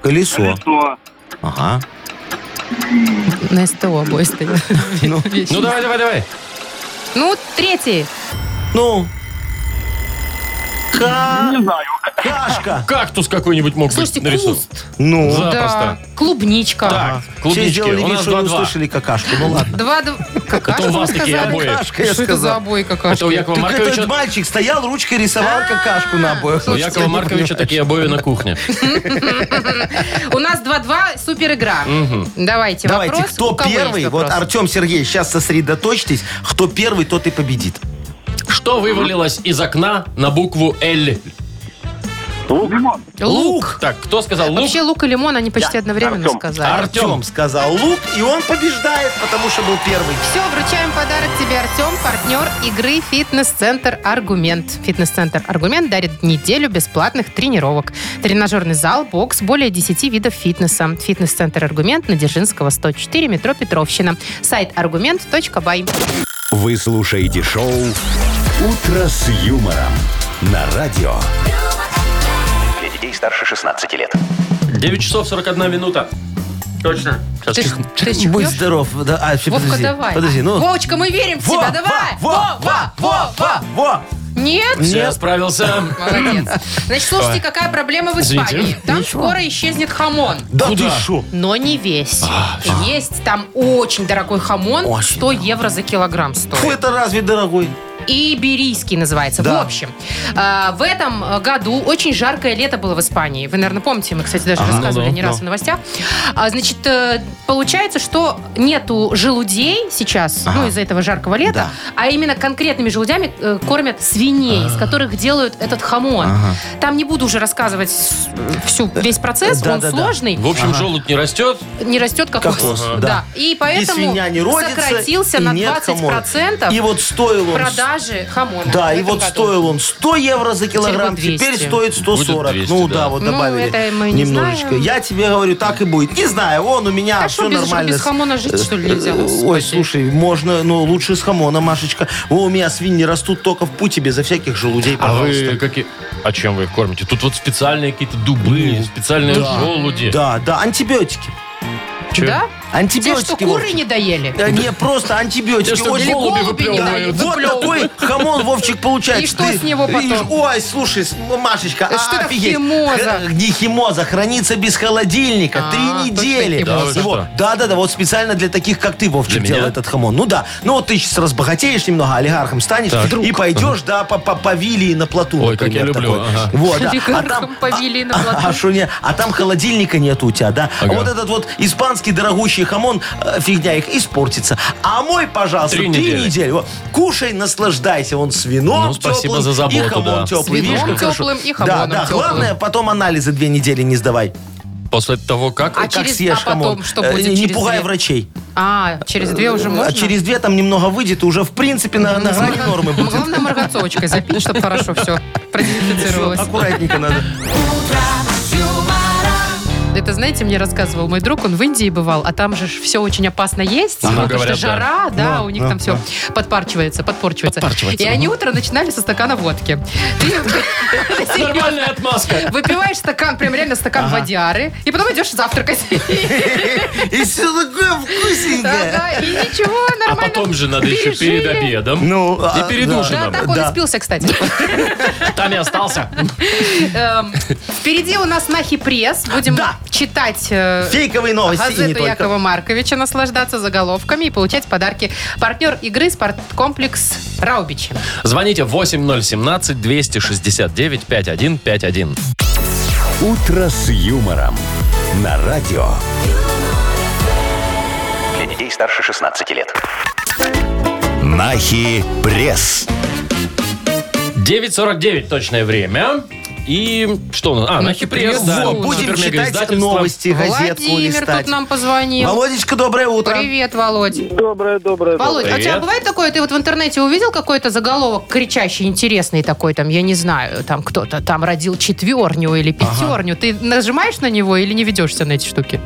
Speaker 4: Колесо.
Speaker 6: колесо.
Speaker 4: Ага.
Speaker 3: На СТО обои стоят.
Speaker 2: Ну,
Speaker 3: Вечно.
Speaker 2: давай, давай, давай.
Speaker 3: Ну, третий.
Speaker 4: Ну. Ка-
Speaker 6: Не знаю.
Speaker 4: Кашка.
Speaker 2: Кактус какой-нибудь мог
Speaker 3: Слушайте,
Speaker 2: быть нарисован.
Speaker 3: куст.
Speaker 4: Ну.
Speaker 2: Да,
Speaker 3: Да.
Speaker 2: просто.
Speaker 3: Клубничка.
Speaker 2: Так, клубнички.
Speaker 4: Все сделали
Speaker 2: у
Speaker 4: вид,
Speaker 2: нас
Speaker 4: что не
Speaker 2: 2-2.
Speaker 4: услышали какашку. Ну ладно.
Speaker 3: Два, два. Какашка
Speaker 2: у
Speaker 3: вы
Speaker 2: вас такие
Speaker 3: сказали?
Speaker 2: обои.
Speaker 4: Какашка, я
Speaker 3: Что это за
Speaker 4: сказал.
Speaker 3: обои
Speaker 2: Э, Это у
Speaker 3: какашка?
Speaker 2: Якова
Speaker 4: Так
Speaker 2: Марковича...
Speaker 4: этот мальчик стоял, ручкой рисовал какашку на обоих.
Speaker 2: У
Speaker 4: Слушайте,
Speaker 2: Якова
Speaker 4: я не
Speaker 2: Марковича
Speaker 4: понимаю.
Speaker 2: такие обои на кухне.
Speaker 3: У нас 2-2, супер игра. Давайте,
Speaker 4: Давайте,
Speaker 3: вопрос. У
Speaker 4: кто
Speaker 3: кого есть
Speaker 4: первый? Вот
Speaker 3: вопрос?
Speaker 4: Артем Сергеевич, сейчас сосредоточьтесь. Кто первый, тот и победит.
Speaker 2: Что вывалилось из окна на букву Л?
Speaker 6: Лимон.
Speaker 3: Лук.
Speaker 2: Так, кто сказал лук?
Speaker 3: Вообще лук и лимон они почти одновременно
Speaker 8: Артем.
Speaker 3: сказали.
Speaker 2: Артем.
Speaker 4: Артем сказал лук, и он побеждает, потому что был первый.
Speaker 3: Все, вручаем подарок тебе, Артем, партнер игры «Фитнес-центр Аргумент». «Фитнес-центр Аргумент» дарит неделю бесплатных тренировок. Тренажерный зал, бокс, более 10 видов фитнеса. «Фитнес-центр Аргумент» на Дзержинского, 104, метро Петровщина. Сайт аргумент.бай.
Speaker 1: Вы слушаете шоу «Утро с юмором» на радио.
Speaker 5: Для детей старше 16 лет.
Speaker 2: 9 часов 41 минута. Точно.
Speaker 3: Ты ж- ты ж чихнешь?
Speaker 4: Будь здоров. Да, а, щ-
Speaker 3: Вовка,
Speaker 4: подожди,
Speaker 3: давай.
Speaker 4: подожди, ну.
Speaker 3: Вовочка, мы верим в
Speaker 4: Во,
Speaker 3: тебя, давай.
Speaker 4: во, во, во, во, во.
Speaker 3: Нет?
Speaker 2: Я справился.
Speaker 3: Молодец. Значит, слушайте, какая проблема в
Speaker 2: Извините.
Speaker 3: Испании. Там скоро исчезнет хамон.
Speaker 4: Да
Speaker 2: Куда?
Speaker 4: ты шо?
Speaker 3: Но не весь. Есть там очень дорогой хамон,
Speaker 4: Очень
Speaker 3: 100 евро за килограмм
Speaker 4: Фу,
Speaker 3: стоит.
Speaker 4: это разве дорогой?
Speaker 3: Иберийский называется.
Speaker 4: Да.
Speaker 3: В общем, э, в этом э, году очень жаркое лето было в Испании. Вы, наверное, помните, мы, кстати, даже рассказывали
Speaker 2: Ну-ну,
Speaker 3: не раз в новостях. А, значит, э, получается, что нету желудей сейчас, ну, из-за этого жаркого лета, а именно конкретными желудями э, кормят свиней,
Speaker 4: А.
Speaker 3: из которых делают этот хамон. Там не буду уже рассказывать с- всю
Speaker 4: Э,
Speaker 3: весь процесс, он
Speaker 4: Да-да-да.
Speaker 3: сложный
Speaker 2: В общем, желуд не растет.
Speaker 3: не растет кокос.
Speaker 4: Кокос,
Speaker 3: да.
Speaker 4: да.
Speaker 3: И
Speaker 4: И
Speaker 3: поэтому
Speaker 4: свинья не родится,
Speaker 3: сократился
Speaker 4: и
Speaker 3: на
Speaker 4: нет
Speaker 3: 20%
Speaker 4: хамона. И вот стоил он...
Speaker 3: продажи хамона.
Speaker 4: Да,
Speaker 3: в
Speaker 4: и
Speaker 3: этом
Speaker 4: вот
Speaker 3: году.
Speaker 4: стоил он 100 евро за килограмм,
Speaker 3: Теперь будет
Speaker 4: теперь
Speaker 3: 200.
Speaker 4: стоит 140.
Speaker 2: Будет 200,
Speaker 4: ну
Speaker 2: да.
Speaker 4: да, вот
Speaker 3: Ну,
Speaker 4: добавили
Speaker 3: это мы не
Speaker 4: немножечко.
Speaker 3: знаем.
Speaker 4: Я тебе говорю, так и будет. Не знаю, он у меня
Speaker 3: А
Speaker 4: все
Speaker 3: что, без,
Speaker 4: нормально. Э,
Speaker 3: без хамона жить, что ли, нельзя?
Speaker 4: Ой, слушай, можно, но лучше с хамона, Машечка. О, у меня свиньи растут только в пути безо всяких желудей,
Speaker 2: А вы
Speaker 4: пожалуйста.
Speaker 2: какие... А чем вы их кормите? Тут вот специальные какие-то дубы, специальные желуди.
Speaker 4: Да, да, антибиотики.
Speaker 2: Чё?
Speaker 3: Да? Те,
Speaker 4: Антибиотики.
Speaker 3: что куры
Speaker 4: Вовчик.
Speaker 3: не доели.
Speaker 4: Э, Не, просто антибиотики.
Speaker 2: Те, что
Speaker 4: Очень-
Speaker 2: голуби
Speaker 3: голуби не
Speaker 2: выплевывают.
Speaker 3: дают.
Speaker 4: Вот такой хамон, Вовчик, получается.
Speaker 3: И что
Speaker 4: Ты-
Speaker 3: с него потом?
Speaker 4: и- Ой, слушай, с- Машечка,
Speaker 3: Это
Speaker 4: а,
Speaker 3: что это
Speaker 4: офигеть.
Speaker 3: химоза?
Speaker 4: Х- Не химоза, хранится без холодильника.
Speaker 3: А,
Speaker 4: Три
Speaker 3: точно
Speaker 4: недели.
Speaker 3: химоза.
Speaker 2: Да вы что?
Speaker 4: Вот, Да-да-да, вот специально для таких, как ты, Вовчик,
Speaker 2: Для
Speaker 4: делал
Speaker 2: меня?
Speaker 4: этот хамон. Ну да, ну вот ты сейчас разбогатеешь немного, олигархом станешь и пойдешь, да, по- по по вилле и на плоту,
Speaker 2: Ой, как я
Speaker 4: например,
Speaker 2: люблю,
Speaker 4: такой.
Speaker 2: ага.
Speaker 4: Вот, да. А
Speaker 3: Олигархом
Speaker 4: там-
Speaker 3: повели на
Speaker 4: а
Speaker 3: плату.
Speaker 4: шо не? А там холодильника нету у тебя, да?
Speaker 2: Ага.
Speaker 4: А вот этот вот испанский дорогущий хамон, э, фигня их, испортится. А мой, пожалуйста,
Speaker 2: Три
Speaker 4: три,
Speaker 2: недели.
Speaker 4: недели. Вот. Кушай, наслаждайся. Он с вином
Speaker 2: Ну, спасибо
Speaker 4: теплым
Speaker 2: за
Speaker 4: и
Speaker 2: заботу,
Speaker 4: хамон
Speaker 2: да.
Speaker 4: теплый.
Speaker 3: С
Speaker 4: Видишь,
Speaker 3: вином
Speaker 4: как хорошо?
Speaker 3: теплым и хамоном
Speaker 4: Да, да.
Speaker 3: теплым.
Speaker 4: Главное, потом анализы две недели не сдавай.
Speaker 2: После того, как...
Speaker 3: А
Speaker 4: Как
Speaker 3: через-
Speaker 4: съешь
Speaker 3: а потом
Speaker 4: хамон.
Speaker 3: что
Speaker 4: Э,
Speaker 3: будет
Speaker 4: Не
Speaker 3: через
Speaker 4: пугай
Speaker 3: две?
Speaker 4: врачей.
Speaker 3: А, через две уже можно?
Speaker 4: А через две там немного выйдет, и уже, в принципе, на, на грани
Speaker 3: Ну,
Speaker 4: нормы будет.
Speaker 3: Главное, марганцовочкой запить, чтобы хорошо все продезинфицировалось.
Speaker 4: Аккуратненько надо.
Speaker 5: Утро
Speaker 3: Это, знаете, мне рассказывал мой друг, он в Индии бывал, а там же все очень опасно есть,
Speaker 2: Ага.
Speaker 3: потому
Speaker 2: Говорят,
Speaker 3: что жара, да, у них там все подпарчивается, подпорчивается.
Speaker 2: Подпарчивается,
Speaker 3: И
Speaker 2: ага.
Speaker 3: они утро начинали со стакана водки. Ты ты серьезно
Speaker 2: Нормальная отмазка.
Speaker 3: выпиваешь стакан, прям реально стакан водяры, и потом идешь завтракать.
Speaker 4: И все такое вкусненькое.
Speaker 3: Да-да, И ничего,
Speaker 2: А
Speaker 3: нормально.
Speaker 2: потом же надо еще
Speaker 3: пережили.
Speaker 2: перед обедом.
Speaker 4: Ну,
Speaker 2: и
Speaker 4: а,
Speaker 2: перед
Speaker 4: да.
Speaker 3: Да,
Speaker 2: ужином.
Speaker 3: так он и
Speaker 4: Да.
Speaker 3: спился, кстати.
Speaker 2: Там и остался.
Speaker 3: Эм, Впереди у нас Нахи Пресс. Будем
Speaker 4: Да.
Speaker 3: читать э,
Speaker 4: Фейковые новости и не
Speaker 3: газету
Speaker 4: только.
Speaker 3: Якова Марковича, наслаждаться заголовками и получать подарки. Партнер игры «Спорткомплекс Раубичи».
Speaker 2: Звоните 8017-269-5151.
Speaker 1: «Утро с юмором» на радио.
Speaker 5: Для детей старше 16 лет.
Speaker 1: Нахи пресс.
Speaker 2: 9.49 точное время. И что у нас? А,
Speaker 3: Ну,
Speaker 2: Нахи пресс,
Speaker 3: пресс,
Speaker 2: да.
Speaker 4: Во,
Speaker 3: Ну,
Speaker 4: будем читать
Speaker 2: Супермегаиздательство.
Speaker 4: новости, газетку
Speaker 3: Владимир
Speaker 4: листать.
Speaker 3: тут нам позвонил.
Speaker 4: Володечка, доброе утро.
Speaker 3: Привет, Володь.
Speaker 8: Доброе, доброе,
Speaker 3: Володь, а у тебя
Speaker 2: Привет.
Speaker 3: бывает такое, ты вот в интернете увидел какой-то заголовок кричащий, интересный такой, там, я не знаю, там кто-то там родил четверню или пятерню. Ты нажимаешь на него или не ведешься на эти штуки?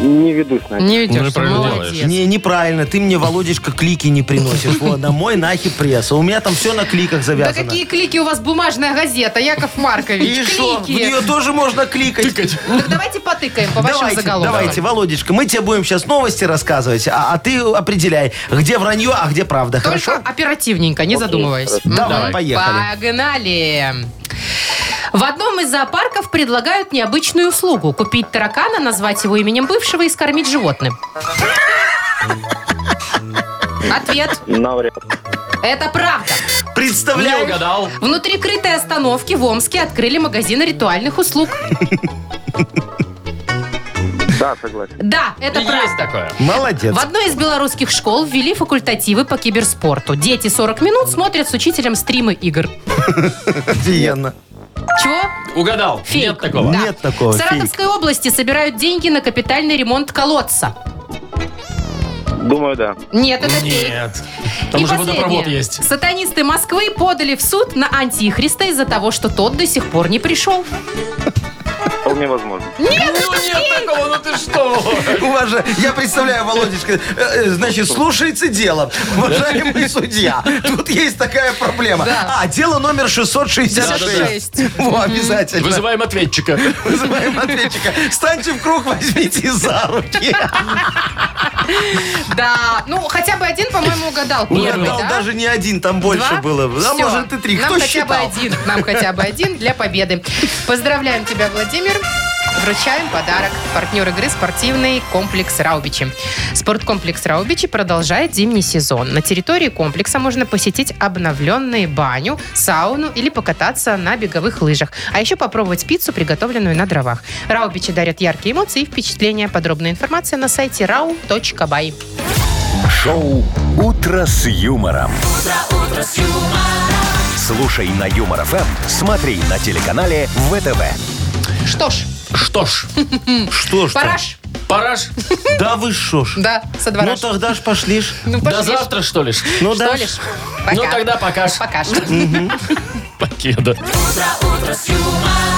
Speaker 8: Не ведусь на это.
Speaker 3: Не
Speaker 2: Ну и
Speaker 3: ведешься,
Speaker 2: правильно
Speaker 3: молодец.
Speaker 4: Не, неправильно. Ты мне, Володечка, клики не приносишь. Вот, на мой нахи пресс. А У меня там все на кликах
Speaker 3: Да
Speaker 4: завязано.
Speaker 3: какие клики у вас бумажная газета, Яков
Speaker 4: И
Speaker 3: Маркович,
Speaker 4: что? В
Speaker 3: клики.
Speaker 4: нее тоже можно кликать.
Speaker 3: Так давайте потыкаем по вашим
Speaker 4: Давайте,
Speaker 3: заголовкам.
Speaker 4: давайте, Володечка, мы тебе будем сейчас новости рассказывать, а, а ты определяй, где вранье, а где правда,
Speaker 3: Только
Speaker 4: хорошо?
Speaker 3: оперативненько, не задумываясь. М,
Speaker 4: Давай, поехали.
Speaker 3: Погнали. В одном из зоопарков предлагают необычную услугу. Купить таракана, назвать его именем бывшего и скормить животным. Ответ.
Speaker 8: Навряд.
Speaker 3: Это правда.
Speaker 2: Не
Speaker 4: Представляю.
Speaker 2: угадал.
Speaker 3: Внутри крытой остановки в Омске открыли магазин ритуальных услуг.
Speaker 8: Да, согласен.
Speaker 3: Да, это правда.
Speaker 2: Есть такое.
Speaker 4: Молодец.
Speaker 3: В одной из белорусских школ ввели факультативы по киберспорту. Дети 40 минут смотрят с учителем стримы игр.
Speaker 4: Офигенно.
Speaker 3: Чего?
Speaker 2: Угадал.
Speaker 3: Фейк.
Speaker 2: Нет такого.
Speaker 3: Да.
Speaker 4: Нет такого,
Speaker 3: В Саратовской области собирают деньги на капитальный ремонт колодца.
Speaker 8: Думаю, да.
Speaker 3: Нет, это фейк.
Speaker 2: Нет. Там
Speaker 3: И
Speaker 2: уже
Speaker 3: последнее.
Speaker 2: водопровод есть.
Speaker 3: Сатанисты Москвы подали в суд на антихриста из-за того, что тот до сих пор не пришел.
Speaker 8: Вполне возможно.
Speaker 2: Ну нет такого, ну ты что?
Speaker 4: У вас же, я представляю, Володечка, э, э, значит, слушается дело, уважаемый судья. Тут есть такая проблема.
Speaker 3: Да.
Speaker 4: А, дело номер 666.
Speaker 3: Да-да-да.
Speaker 4: Во, обязательно.
Speaker 2: Вызываем ответчика.
Speaker 4: Вызываем ответчика. Станьте в круг, возьмите за руки.
Speaker 3: Да, ну хотя бы один, по-моему, угадал. Первый,
Speaker 4: Ну, Угадал
Speaker 3: да?
Speaker 4: даже не один, там больше
Speaker 3: Два?
Speaker 4: было. Да,
Speaker 3: Всё.
Speaker 4: может, и три.
Speaker 3: Нам
Speaker 4: Кто
Speaker 3: хотя
Speaker 4: считал?
Speaker 3: бы один. Нам хотя бы один для победы. Поздравляем тебя, Владимир. Вручаем подарок. Партнер игры «Спортивный комплекс Раубичи». Спорткомплекс Раубичи продолжает зимний сезон. На территории комплекса можно посетить обновленные баню, сауну или покататься на беговых лыжах. А еще попробовать пиццу, приготовленную на дровах. Раубичи дарят яркие эмоции и впечатления. Подробная информация на сайте rau.by.
Speaker 1: Шоу «Утро с юмором». Слушай на Юмор ФМ, смотри на телеканале ВТВ.
Speaker 3: Что ж,
Speaker 2: Что ж,
Speaker 4: Что ж там?
Speaker 3: параш.
Speaker 2: пора ж.
Speaker 4: Да вы шо ж.
Speaker 3: Да, со двора.
Speaker 4: Ну тогда ж пошли ж.
Speaker 3: Ну,
Speaker 2: До
Speaker 3: пошли ж.
Speaker 2: завтра, Ну, что ли? ж?
Speaker 4: Ну
Speaker 3: Что
Speaker 4: да. ж.
Speaker 3: лишь? Пока.
Speaker 2: Ну тогда пока ж.
Speaker 3: Пока.
Speaker 2: Покеда.
Speaker 9: Утро с юмором.